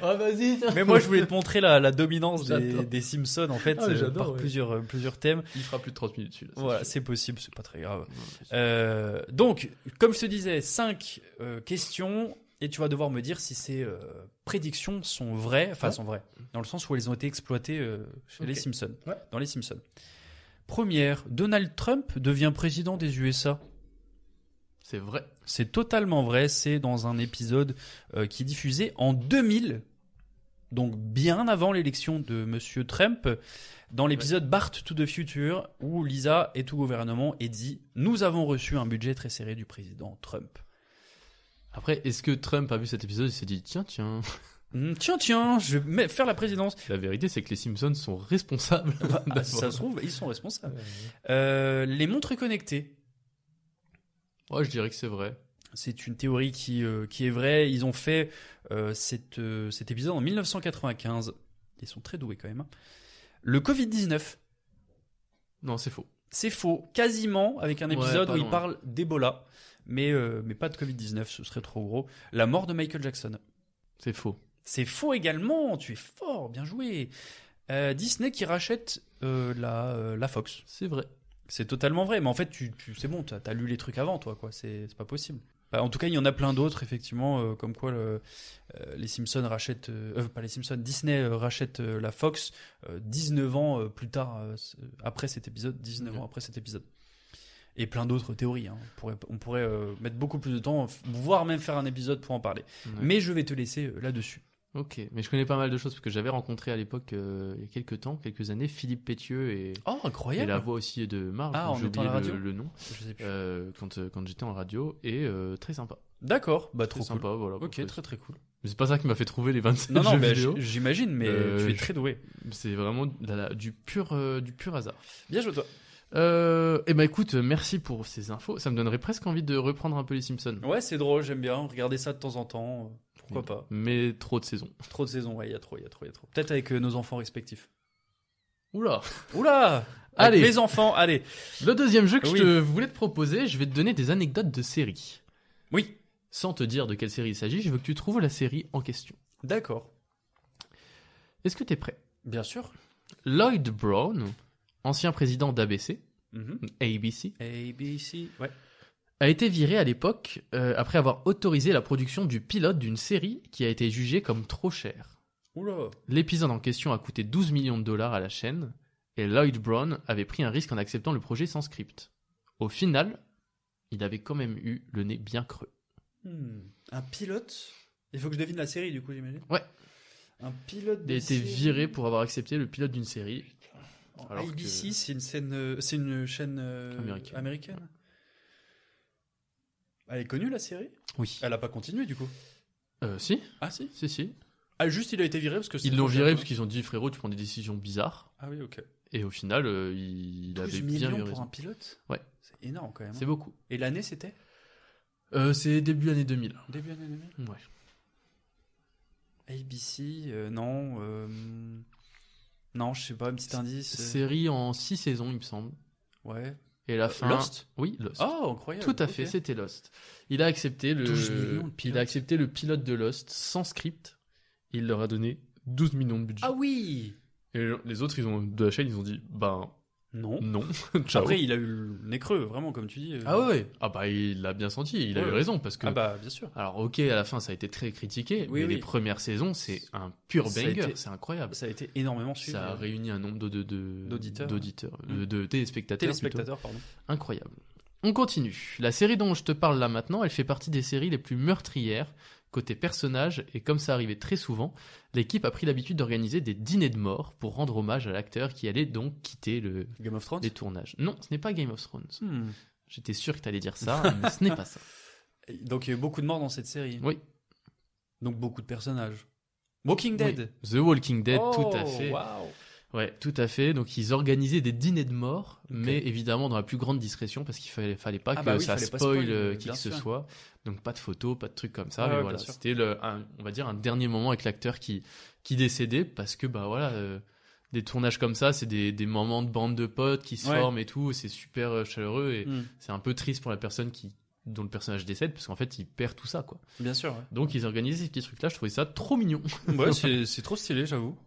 F: Ah, vas-y.
E: Mais moi, je voulais te montrer la, la dominance des,
F: J'adore.
E: des Simpsons en fait
F: Ah, mais
E: euh,
F: j'adore,
E: par
F: ouais.
E: plusieurs euh, plusieurs thèmes.
F: Il fera plus de 30 minutes celui-là.
E: Voilà,
F: sûr.
E: c'est possible, c'est pas très grave.
F: Non, c'est sûr.
E: Euh, donc, comme je te disais, cinq euh, questions et tu vas devoir me dire si ces euh, prédictions sont vraies, enfin
F: Ouais.
E: sont vraies, dans le sens où elles ont été exploitées euh, chez les
F: Ok.
E: Simpsons,
F: Ouais.
E: dans les Simpsons. Première, Donald Trump devient président des USA.
F: C'est vrai.
E: C'est totalement vrai, c'est dans un épisode euh, qui est diffusé en 2000 donc bien avant l'élection de Monsieur Trump, dans l'épisode Bart to the Future, où Lisa et tout gouvernement est dit Nous avons reçu un budget très serré du président Trump.
F: Après, est-ce que Trump a vu cet épisode et s'est dit tiens, tiens
E: Hmm, Tiens, tiens, je vais me- faire la présidence.
F: La vérité, c'est que les Simpsons sont responsables.
E: Ah, si ça
F: d'avoir-
E: se trouve, ils sont responsables. Euh, les montres connectées.
F: Ouais, je dirais que c'est vrai.
E: C'est une théorie qui, euh, qui est vraie. Ils ont fait euh, cette, euh, cet épisode en 1995. Ils sont très doués quand même. hein. Le Covid-19,
F: Non, c'est faux.
E: c'est faux. Quasiment avec un
F: Ouais,
E: épisode
F: pas
E: où ils
F: loin.
E: parlent d'Ebola. Mais, euh, mais pas de Covid-19, ce serait trop gros. La mort de Michael Jackson.
F: C'est faux.
E: C'est faux également. Tu es fort, bien joué. Euh, Disney qui rachète euh, la, euh, la Fox.
F: C'est vrai.
E: C'est totalement vrai, mais en fait, tu, tu- c'est bon, t'as as lu les trucs avant, toi, quoi. C'est c'est pas possible. Bah, en tout cas, il y en a plein d'autres, effectivement, euh, comme quoi le- euh, les Simpsons rachètent, euh, euh, pas les Simpsons, Disney euh, rachète euh, la Fox euh, 19 ans euh, plus tard, euh, c- euh, après cet épisode, 19
F: Mhm.
E: ans après cet épisode. Et plein d'autres théories. hein. On pourrait, on pourrait euh, mettre beaucoup plus de temps, f- voire même faire un épisode pour en parler.
F: Ouais.
E: Mais je vais te laisser euh, là-dessus.
F: Ok, mais je connais pas mal de choses parce que j'avais rencontré à l'époque, euh, il y a quelques temps, quelques années, Philippe Pétieux et,
E: Oh,
F: et
E: incroyable
F: la voix aussi de Marge,
E: Ah,
F: dont
E: en
F: j'ai
E: étant à
F: oublié
E: la
F: le,
E: radio
F: le nom,
E: Je sais plus.
F: euh, quand, euh, quand j'étais en radio, et euh, très sympa.
E: D'accord, bah
F: très
E: trop cool.
F: sympa, voilà.
E: Ok,
F: Après,
E: très très cool.
F: Mais c'est pas ça qui m'a fait trouver les 27
E: Non, non,
F: jeux
E: mais
F: vidéo.
E: j- j'imagine, mais
F: Euh,
E: tu es
F: je-
E: très doué.
F: C'est vraiment de la- du, pur, euh, du pur hasard.
E: Bien joué, toi.
F: Euh, eh ben écoute, merci pour ces infos. Ça me donnerait presque envie de reprendre un peu les Simpsons. Mm.
E: Ouais, c'est drôle, j'aime bien. Regarder ça de temps en temps. euh, Pourquoi pas
F: Mais trop de saisons.
E: Trop de saisons, ouais, il y a trop, il y a trop, il y a trop. Peut-être avec euh, nos enfants respectifs.
F: Oula
E: Oula
F: Allez.
E: Avec mes enfants, allez
F: Le deuxième jeu que
E: Oui.
F: je te voulais te proposer, je vais te donner des anecdotes de séries.
E: Oui,
F: Sans te dire de quelle série il s'agit, je veux que tu trouves la série en question.
E: d'accord.
F: Est-ce que t'es prêt
E: Bien sûr.
F: Lloyd Brown, ancien président d'ABC,
E: Mhm.
F: ABC,
E: A, B, C. Ouais.
F: a été viré à l'époque euh, après avoir autorisé la production du pilote d'une série qui a été jugée comme trop chère.
E: Oula
F: L'épisode en question a coûté 12 millions de dollars à la chaîne et Lloyd Brown avait pris un risque en acceptant le projet sans script. Au final, il avait quand même eu le nez bien creux.
E: Hmm. Un pilote Il faut que je devine la série, du coup, j'imagine
F: Ouais.
E: Un pilote
F: Il a
E: de
F: été
E: série.
F: viré pour avoir accepté le pilote d'une série.
E: En
F: alors
E: ABC,
F: que-
E: c'est une, scène, euh, c'est une chaîne euh,
F: Américaine.
E: Elle est connue, la série
F: Oui.
E: Elle a pas continué, du coup.
F: Euh, si,
E: Ah, si
F: si, si.
E: Ah, juste, il a été viré parce que c'est
F: Ils
E: trop
F: l'ont
E: cher,
F: viré
E: quoi.
F: parce qu'ils ont dit frérot, tu prends des décisions bizarres.
E: Ah oui, ok.
F: Et au final, euh, il, il
E: 12
F: avait bien
E: millions
F: eu
E: pour un
F: raison.
E: pilote
F: Ouais.
E: C'est énorme quand même. hein.
F: C'est beaucoup.
E: Et l'année, c'était
F: Euh, c'est début année 2000.
E: Début année 2000
F: Ouais.
E: ABC, euh, non. euh, Non, je sais pas, un petit indice. euh,
F: Série en 6 saisons, il me semble.
E: Ouais.
F: Et la
E: Euh,
F: fin.
E: Lost
F: Oui, Lost.
E: Oh, incroyable.
F: Tout à
E: ok.
F: fait, c'était Lost. Il a accepté le
E: 12 millions de pilotes.
F: il a accepté le pilote de Lost sans script. Il leur a donné 12 millions de budget.
E: Ah oui
F: Et les autres ils ont de la chaîne, ils ont dit ben
E: Non.
F: non. Ciao.
E: Après, il a eu le nez creux, vraiment, comme tu dis. euh.
F: Ah ouais. Ah bah il l'a bien senti, il a
E: Ouais.
F: eu raison parce que
E: Ah bah, bien sûr.
F: Alors ok, à la fin ça a été très critiqué,
E: Oui,
F: mais
E: oui.
F: les premières saisons c'est un pur
E: Ça a
F: banger,
E: été-
F: c'est incroyable.
E: Ça a été énormément suivi.
F: Ça a
E: euh,
F: réuni un nombre de de- de-
E: D'auditeurs.
F: d'auditeurs,
E: Mm.
F: de, de téléspectateurs.
E: Téléspectateurs, pardon.
F: plutôt. Incroyable. On continue. La série dont je te parle là maintenant, elle fait partie des séries les plus meurtrières côté personnages et comme ça arrivait très souvent, l'équipe a pris l'habitude d'organiser des dîners de mort pour rendre hommage à l'acteur qui allait donc quitter le
E: Game of Thrones
F: les tournages. Non, ce n'est pas Game of Thrones.
E: Hmm.
F: J'étais sûr que t'allais dire ça, mais ce n'est pas ça.
E: Et Donc, il y a eu beaucoup de morts dans cette série.
F: Oui.
E: Donc, beaucoup de personnages. Walking Dead
F: Oui. The Walking Dead, tout à
E: Oh,
F: fait.
E: waouh.
F: Ouais, tout à fait. Donc ils organisaient des dîners de mort, mais évidemment dans la plus grande discrétion parce qu'il fallait, fallait pas
E: Ah
F: que
E: bah oui,
F: ça
E: fallait pas
F: spoil,
E: spoil,
F: euh, qui
E: bien
F: que ce
E: sûr.
F: soit. Donc pas de photos, pas de trucs comme ça.
E: Ouais,
F: mais
E: ouais,
F: voilà,
E: bien sûr.
F: c'était le, un- on va dire un dernier moment avec l'acteur qui qui décédait parce que bah voilà. euh, des tournages comme ça, c'est des, des moments de bande de potes qui se
E: Ouais.
F: forment et tout, c'est super euh, chaleureux et
E: Hmm.
F: c'est un peu triste pour la personne qui dont le personnage décède parce qu'en fait il perd tout ça quoi.
E: Bien sûr, ouais.
F: Donc ils organisaient ces petits trucs là, je trouvais ça trop mignon.
E: Ouais, c'est c'est trop stylé, j'avoue.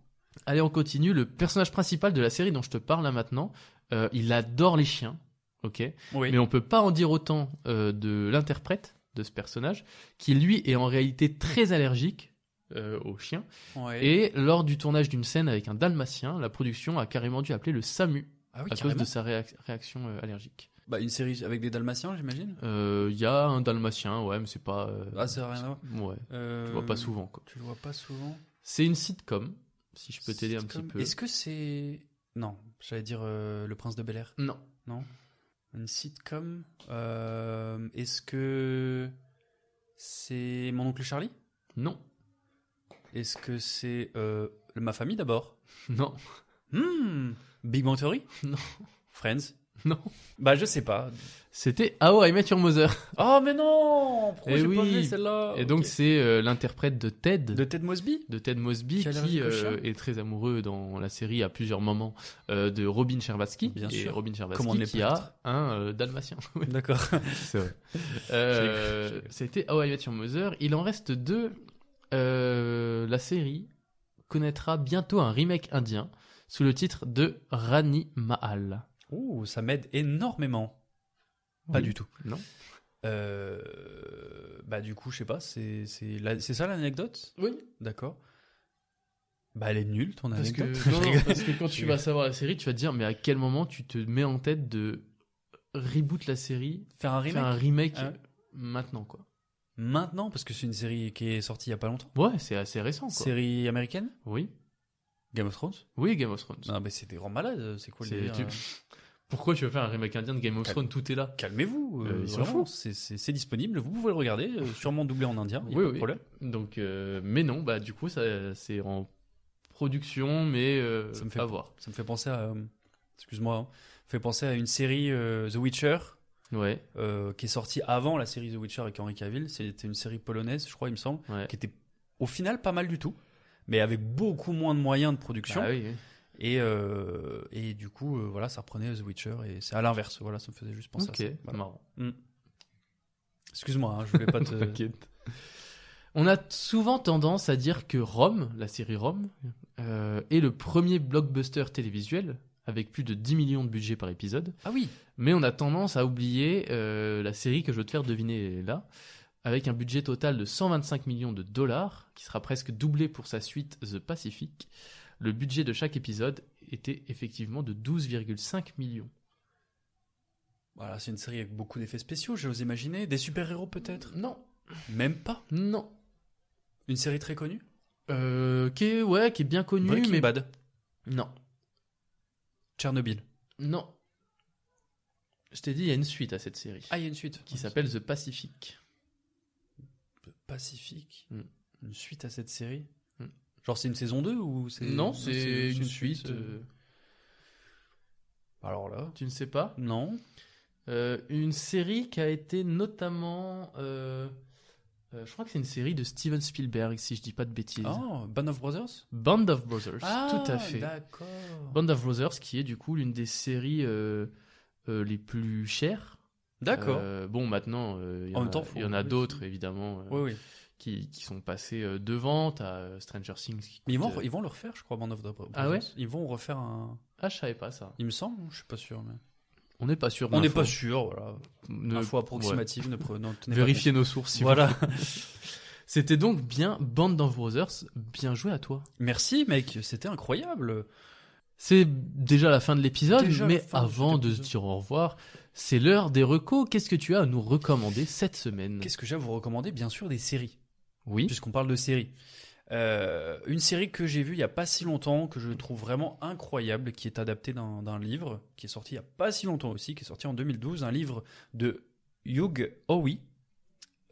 F: Allez, on continue. Le personnage principal de la série dont je te parle là maintenant, euh, il adore les chiens, ok
E: Oui.
F: Mais on peut pas en dire autant euh, de l'interprète de ce personnage, qui lui est en réalité très allergique euh, aux chiens.
E: Ouais.
F: Et lors du tournage d'une scène avec un dalmatien, la production a carrément dû appeler le SAMU
E: ah oui,
F: à cause
E: carrément.
F: de sa réac- réaction euh, allergique.
E: Bah, une série avec des dalmatiens, j'imagine.
F: Euh, Il y a un dalmatien, ouais, mais c'est pas... euh,
E: Ah, ça n'a rien à voir.
F: Ouais,
E: Euh,
F: tu vois pas souvent, quoi.
E: Tu le vois pas souvent.
F: C'est une sitcom, si je peux t'aider un petit
E: Sitcom.
F: peu.
E: Est-ce que c'est. Non, j'allais dire euh, Le Prince de Bel Air.
F: Non.
E: Non. Une sitcom. euh, Est-ce que. C'est Mon oncle Charlie
F: Non.
E: Est-ce que c'est. euh, Ma famille d'abord
F: Non.
E: Hmm, Big Bang Theory
F: Non.
E: Friends
F: Non.
E: Bah, je sais pas.
F: C'était How I Met Your Mother.
E: Oh, mais non Pourquoi
F: Eh
E: j'ai pas
F: oui.
E: vu celle-là
F: Et donc,
E: Ok.
F: c'est euh, l'interprète de Ted.
E: De Ted Mosby
F: de Ted Mosby
E: Qui a l'air
F: qui
E: du
F: euh,
E: cochon.
F: est très amoureux dans la série à plusieurs moments euh, de Robin Chervatsky
E: Bien
F: et
E: sûr.
F: Robin Chervatsky
E: Comment ne
F: qui
E: les
F: a
E: perdre.
F: un euh, dalmatien. Oui,
E: D'accord.
F: c'est vrai.
E: Je l'ai
F: Euh,
E: cru, je l'ai cru.
F: C'était How I Met Your Mother. Il en reste deux. Euh, la série connaîtra bientôt un remake indien sous le titre de Rani Mahal.
E: Ouh, ça m'aide énormément. Pas
F: Oui.
E: du tout.
F: Non.
E: Euh, Bah, du coup, je sais pas, c'est c'est la- c'est ça l'anecdote
F: Oui.
E: D'accord. Bah, elle est nulle, ton
F: Parce que,
E: anecdote.
F: non,
E: Je
F: non,
E: rigole.
F: parce que quand tu
E: Je
F: vas
E: rigole.
F: savoir la série, tu vas te dire mais à quel moment tu te mets en tête de reboot la série,
E: Faire un
F: faire
E: remake
F: un remake
E: Ah ouais.
F: maintenant quoi.
E: Maintenant, parce que c'est une série qui est sortie il y a pas longtemps.
F: Ouais, c'est assez récent. Quoi.
E: Série américaine
F: Oui,
E: Game of Thrones
F: oui, Game of Thrones.
E: Non, mais c'est des grands malades, c'est quoi le
F: C'est-
E: délire,
F: tu-
E: euh
F: Pourquoi tu veux faire un remake indien de Game of
E: Calme.
F: Thrones Tout est là.
E: Calmez-vous,
F: Euh, ils s'en
E: vraiment,
F: foutent.
E: c'est- C'est c'est disponible, vous pouvez le regarder, euh, sûrement doublé en indien, il y a
F: Oui,
E: pas de
F: oui.
E: problème.
F: Donc, euh, mais non, bah du coup, ça, c'est en production, mais euh,
E: Ça me fait
F: à voir.
E: Ça me fait penser à, euh, excuse-moi, hein, fait penser à une série euh, The Witcher
F: Ouais,
E: euh, qui est sortie avant la série The Witcher avec Henry Cavill. C'était une série polonaise, je crois, il me semble,
F: ouais.
E: qui était au final pas mal du tout, mais avec beaucoup moins de moyens de production.
F: Bah oui, oui.
E: Et, euh, et du coup, euh, voilà, ça reprenait The Witcher et c'est à l'inverse. Voilà, ça me faisait juste penser
F: Ok,
E: à ça. Voilà.
F: marrant.
E: Mm. Excuse-moi, hein, je voulais pas te.
F: T'inquiète. On a souvent tendance à dire que Rome, la série Rome, euh, est le premier blockbuster télévisuel avec plus de 10 millions de budget par épisode.
E: Ah oui,
F: Mais on a tendance à oublier euh, la série que je veux te faire deviner là, avec un budget total de 125 millions de dollars, qui sera presque doublé pour sa suite The Pacific. Le budget de chaque épisode était effectivement de 12,5 millions.
E: voilà, c'est une série avec beaucoup d'effets spéciaux. J'ose imaginer des super-héros peut-être,
F: Non,
E: même pas.
F: non.
E: Une série très connue.
F: Euh, qui est, ouais, qui est bien connu,
E: Breaking
F: mais
E: Bad,
F: non,
E: Tchernobyl.
F: non. Je t'ai dit, il y a une suite à cette série
E: Ah, il y a une suite
F: qui s'appelle The Pacific.
E: Pacifique.
F: Mm.
E: Une suite à cette série.
F: Mm.
E: Genre c'est une saison 2 ou c'est
F: Non, c'est une suite.
E: euh,
F: euh,
E: Alors là,
F: tu ne sais pas
E: non.
F: Euh, une série qui a été notamment. euh, euh, je crois que c'est une série de Steven Spielberg, si je dis pas de bêtises.
E: Ah, Band of Brothers.
F: Band of Brothers, tout à fait.
E: D'accord.
F: Band of Brothers, qui est du coup l'une des séries euh, euh, les plus chères.
E: D'accord.
F: Euh, bon, maintenant, euh, il y
E: En
F: en
E: même
F: a-
E: temps, faut-
F: il y en a
E: oui,
F: d'autres,
E: c'est-
F: évidemment, euh,
E: Oui, oui.
F: Qui, qui sont passés euh, devant. T'as euh, Stranger Things qui.
E: Mais ils
F: coûte,
E: vont,
F: euh,
E: ils vont le refaire, je crois, Band of Brothers.
F: Ah ouais
E: Ils vont refaire un.
F: Ah, je savais pas ça.
E: Il me semble, je suis pas sûr. Mais...
F: On n'est pas sûr.
E: On
F: mais
E: n'est
F: info-
E: pas sûr, voilà.
F: ne-
E: Info
F: ouais.
E: approximative, ne pre- non, tenez pas
F: Vérifiez nos sources.
E: compte.
F: si vous
E: Voilà.
F: C'était donc bien Band of Brothers, bien joué à toi.
E: Merci, mec, c'était incroyable.
F: C'est déjà la fin de l'épisode,
E: Déjà la
F: mais
E: fin de cet
F: avant de se
E: épisode.
F: dire au revoir, c'est l'heure des recos. Qu'est-ce que tu as à nous recommander cette semaine
E: Qu'est-ce que j'ai à vous recommander Bien sûr, des séries.
F: Oui,
E: puisqu'on parle de séries. Euh, une série que j'ai vue il n'y a pas si longtemps, que je trouve vraiment incroyable, qui est adaptée d'un d'un livre, qui est sorti il n'y a pas si longtemps aussi, qui est sorti en 2012, un livre de Hugh Howey.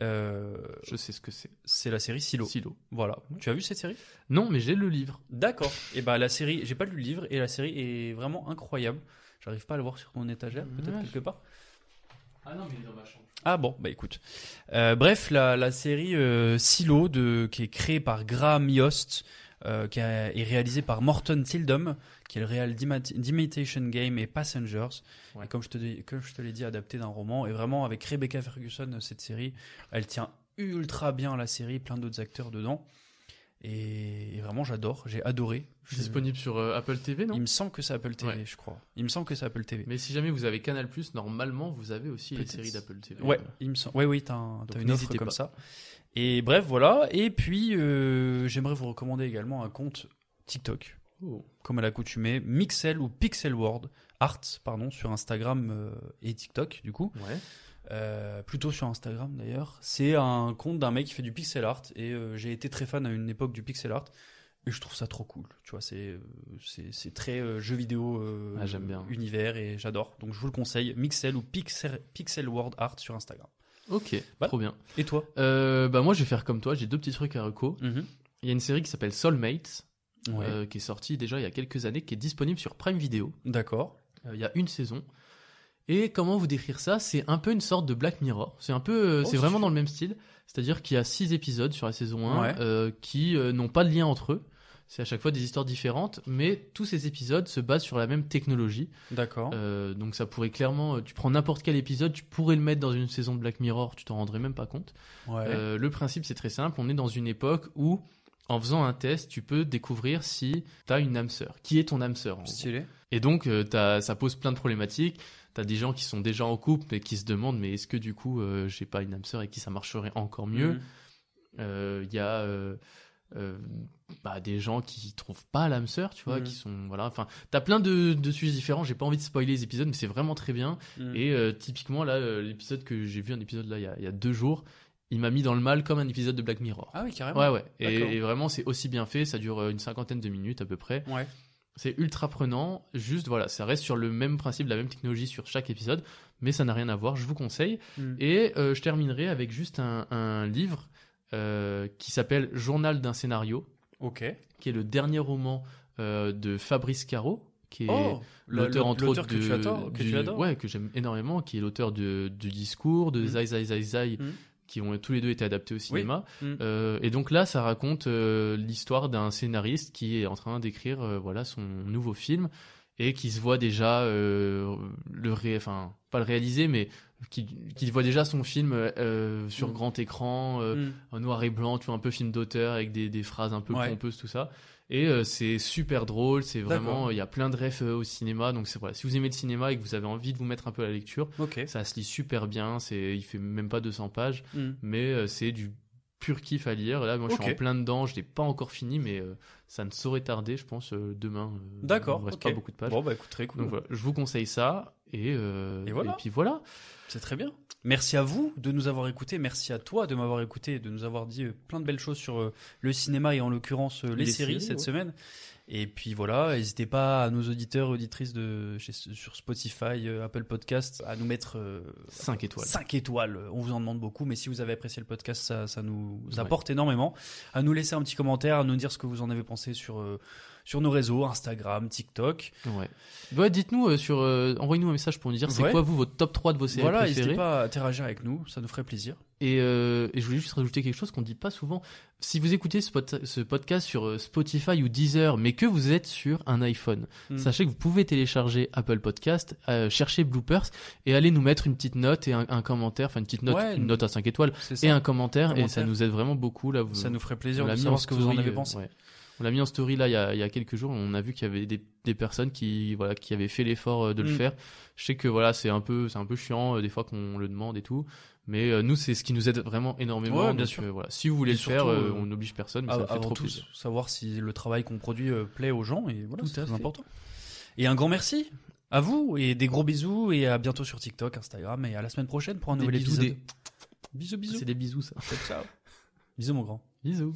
E: Euh,
F: je sais ce que c'est.
E: c'est la série Silo.
F: Silo.
E: Voilà. Tu as vu cette série
F: Non, mais j'ai le livre.
E: D'accord. Et bah la série, j'ai pas lu le livre et la série est vraiment incroyable. J'arrive pas à le voir sur mon étagère, peut-être
F: Ouais,
E: quelque part.
F: Ah non, mais il est dans ma chambre.
E: Ah bon, bah écoute. Euh, bref, la, la série euh, Silo, de, qui est créée par Graham Yost, euh, qui a- est réalisée par Morton Tildum, qui est le réal d'Imi- d'Imitation Game et Passengers.
F: Ouais.
E: Et comme je te, dis- comme je te l'ai dit, adapté d'un roman. Et vraiment, avec Rebecca Ferguson, cette série, elle tient ultra bien la série, plein d'autres acteurs dedans. Et, et vraiment, j'adore, j'ai adoré. Je-
F: Disponible sur euh, Apple TV, non
E: Il me semble que c'est Apple TV,
F: Ouais.
E: je crois. Il me semble que c'est Apple TV.
F: Mais si jamais vous avez Canal+, normalement, vous avez aussi les
E: Peut-être.
F: séries d'Apple TV.
E: Ouais,
F: Euh,
E: il me semble. Ouais, oui, t'as, un-
F: Donc
E: t'as une offre
F: n'hésitez
E: comme
F: pas.
E: ça. Et bref, voilà. Et puis, euh, j'aimerais vous recommander également un compte TikTok,
F: oh.
E: comme à l'accoutumée, Mixel ou Pixel World Art, pardon, sur Instagram euh, et TikTok, du coup.
F: Ouais.
E: Euh, plutôt sur Instagram d'ailleurs. C'est un compte d'un mec qui fait du pixel art et euh, j'ai été très fan à une époque du pixel art. Et je trouve ça trop cool. Tu vois, c'est euh, c'est c'est très euh, jeu vidéo euh,
F: Ah, j'aime bien.
E: univers et j'adore. Donc je vous le conseille, Mixel ou Pixel, Pixel World Art sur Instagram.
F: Ok,
E: Voilà.
F: trop bien.
E: Bah, Et toi
F: Euh, bah moi je vais faire comme toi, j'ai deux petits trucs à reco.
E: Mhm.
F: Il y a une série qui s'appelle Soulmate,
E: Ouais.
F: euh, qui est sortie déjà il y a quelques années, qui est disponible sur Prime Video.
E: D'accord.
F: Euh, il y a une saison. Et comment vous décrire ça C'est un peu une sorte de Black Mirror. C'est un peu, euh,
E: Oh,
F: c'est
E: si
F: vraiment
E: tu-
F: dans le même style. C'est-à-dire qu'il y a six épisodes sur la saison 1
E: Ouais.
F: euh, qui euh, n'ont pas de lien entre eux. C'est à chaque fois des histoires différentes, mais tous ces épisodes se basent sur la même technologie.
E: D'accord.
F: Euh, donc ça pourrait clairement, euh, tu prends n'importe quel épisode, tu pourrais le mettre dans une saison de Black Mirror, tu t'en rendrais même pas compte.
E: Ouais.
F: Euh, le principe c'est très simple, on est dans une époque où en faisant un test, tu peux découvrir si t'as une âme sœur. Qui est ton âme sœur en gros.
E: Stylé.
F: Et donc, euh, t'as- ça pose plein de problématiques. T'as des gens qui sont déjà en couple et qui se demandent, mais est-ce que du coup, euh, j'ai pas une âme sœur et qui ça marcherait encore mieux
E: Mhm.
F: Euh, Il y a euh, euh, bah, des gens qui trouvent pas l'âme sœur, tu vois,
E: Mhm.
F: qui sont voilà. Enfin, t'as plein de, de sujets différents. J'ai pas envie de spoiler les épisodes, mais c'est vraiment très bien.
E: Mhm.
F: Et euh, typiquement là, euh, l'épisode que j'ai vu, un épisode là il y a, il y a deux jours, il m'a mis dans le mal comme un épisode de Black Mirror.
E: Ah oui, carrément.
F: Ouais, ouais. Et,
E: D'accord.
F: et vraiment, c'est aussi bien fait. Ça dure euh, une cinquantaine de minutes à peu près.
E: Ouais.
F: C'est ultra prenant. Juste, voilà, ça reste sur le même principe, la même technologie sur chaque épisode, mais ça n'a rien à voir. Je vous conseille.
E: Mhm.
F: Et euh, je terminerai avec juste un, un livre euh, qui s'appelle Journal d'un scénario,
E: Ok.
F: qui est le dernier roman euh, de Fabrice Caro, qui est
E: Oh, le-
F: l'auteur
E: le-
F: entre
E: l'auteur
F: autres
E: que tu
F: de-
E: adores- que
F: du-
E: tu adores.
F: ouais, que j'aime énormément, qui est l'auteur de- du discours de
E: Mhm.
F: Zai Zai Zai Zai,
E: Mhm.
F: qui ont tous les deux été adaptés au cinéma.
E: Mhm.
F: Euh, et donc là, ça raconte euh, l'histoire d'un scénariste qui est en train d'écrire euh, voilà son nouveau film et qui se voit déjà euh, le ré, enfin pas le réaliser, mais qui, qui voit déjà son film euh, sur
E: Mhm.
F: grand écran, euh,
E: Mhm.
F: en noir et blanc, tu vois un peu film d'auteur avec des, des phrases un peu
E: Ouais.
F: pompeuses tout ça. Et euh, c'est super drôle, c'est
E: D'accord.
F: vraiment il y a plein de refs euh, au cinéma, donc c'est voilà. Si vous aimez le cinéma et que vous avez envie de vous mettre un peu à la lecture,
E: Ok.
F: ça se lit super bien. C'est il fait même pas 200 pages
E: Mhm.
F: mais euh, c'est du pur kiff à lire. Là, moi, je
E: Ok.
F: suis en plein dedans, je l'ai pas encore fini, mais euh, ça ne saurait tarder, je pense, euh, demain. euh,
E: D'accord.
F: Il ne reste
E: ok.
F: pas beaucoup de pages.
E: Bon bah écoute, très cool.
F: Donc voilà, je vous conseille ça. Et, euh,
E: Et voilà.
F: puis voilà.
E: C'est très bien. Merci à vous de nous avoir écoutés. Merci à toi de m'avoir écouté et de nous avoir dit euh, plein de belles choses sur euh, le cinéma et en l'occurrence euh,
F: Les
E: les, séries,
F: séries,
E: cette
F: ouais.
E: semaine. Et puis voilà, n'hésitez pas à nos auditeurs et auditrices de, chez- sur Spotify, euh, Apple Podcast, à nous mettre euh,
F: 5 étoiles.
E: 5 étoiles. euh, On vous en demande beaucoup, mais si vous avez apprécié le podcast, ça, ça nous
F: Ouais.
E: apporte énormément. À nous laisser un petit commentaire, à nous dire ce que vous en avez pensé sur, euh, sur nos réseaux, Instagram, TikTok.
F: Ouais. Ouais, dites-nous euh, sur. euh, Envoyez-nous un message pour nous dire c'est
E: Ouais.
F: quoi, vous, votre top 3 de vos séries
E: Voilà, n'hésitez
F: préférées.
E: pas à interagir avec nous, ça nous ferait plaisir.
F: Et, euh, et je voulais juste rajouter quelque chose qu'on dit pas souvent. Si vous écoutez ce, pod- ce podcast sur euh, Spotify ou Deezer, mais que vous êtes sur un iPhone,
E: Mm.
F: sachez que vous pouvez télécharger Apple Podcast, euh, chercher Bloopers et aller nous mettre une petite note et un, un commentaire, enfin une petite note,
E: Ouais,
F: une note à 5 étoiles
E: C'est
F: et
E: ça.
F: un commentaire, et ça
E: Commentaire.
F: nous aide vraiment beaucoup là. Vous,
E: Ça nous ferait
F: on
E: plaisir de
F: l'a mis en
E: savoir ce que vous en
F: story,
E: avez
F: euh,
E: pensé.
F: ouais. On l'a mis en story là il y a, il y a quelques jours. On a vu qu'il y avait des, des personnes qui voilà qui avaient fait l'effort euh, de le
E: Mm.
F: faire. Je sais que voilà c'est un peu c'est un peu chiant euh, des fois qu'on le demande et tout. Mais euh, nous c'est ce qui nous aide vraiment énormément.
E: Ouais, bien
F: donc,
E: sûr.
F: euh, voilà si vous voulez
E: Et
F: le faire,
E: surtout,
F: euh,
E: euh,
F: on n'oblige personne. Mais
E: Ah,
F: ça fait
E: avant
F: trop
E: tout,
F: plaisir.
E: savoir si le travail qu'on produit euh, plaît aux gens et voilà,
F: Tout
E: c'est
F: à
E: très
F: fait.
E: important. Et un grand merci à vous et des gros bisous et à bientôt sur TikTok, Instagram et à la semaine prochaine pour un
F: Des
E: nouvel
F: bisous,
E: épisode. Bisous bisous.
F: C'est des bisous ça.
E: Ciao, ciao. bisous mon grand.
F: Bisous.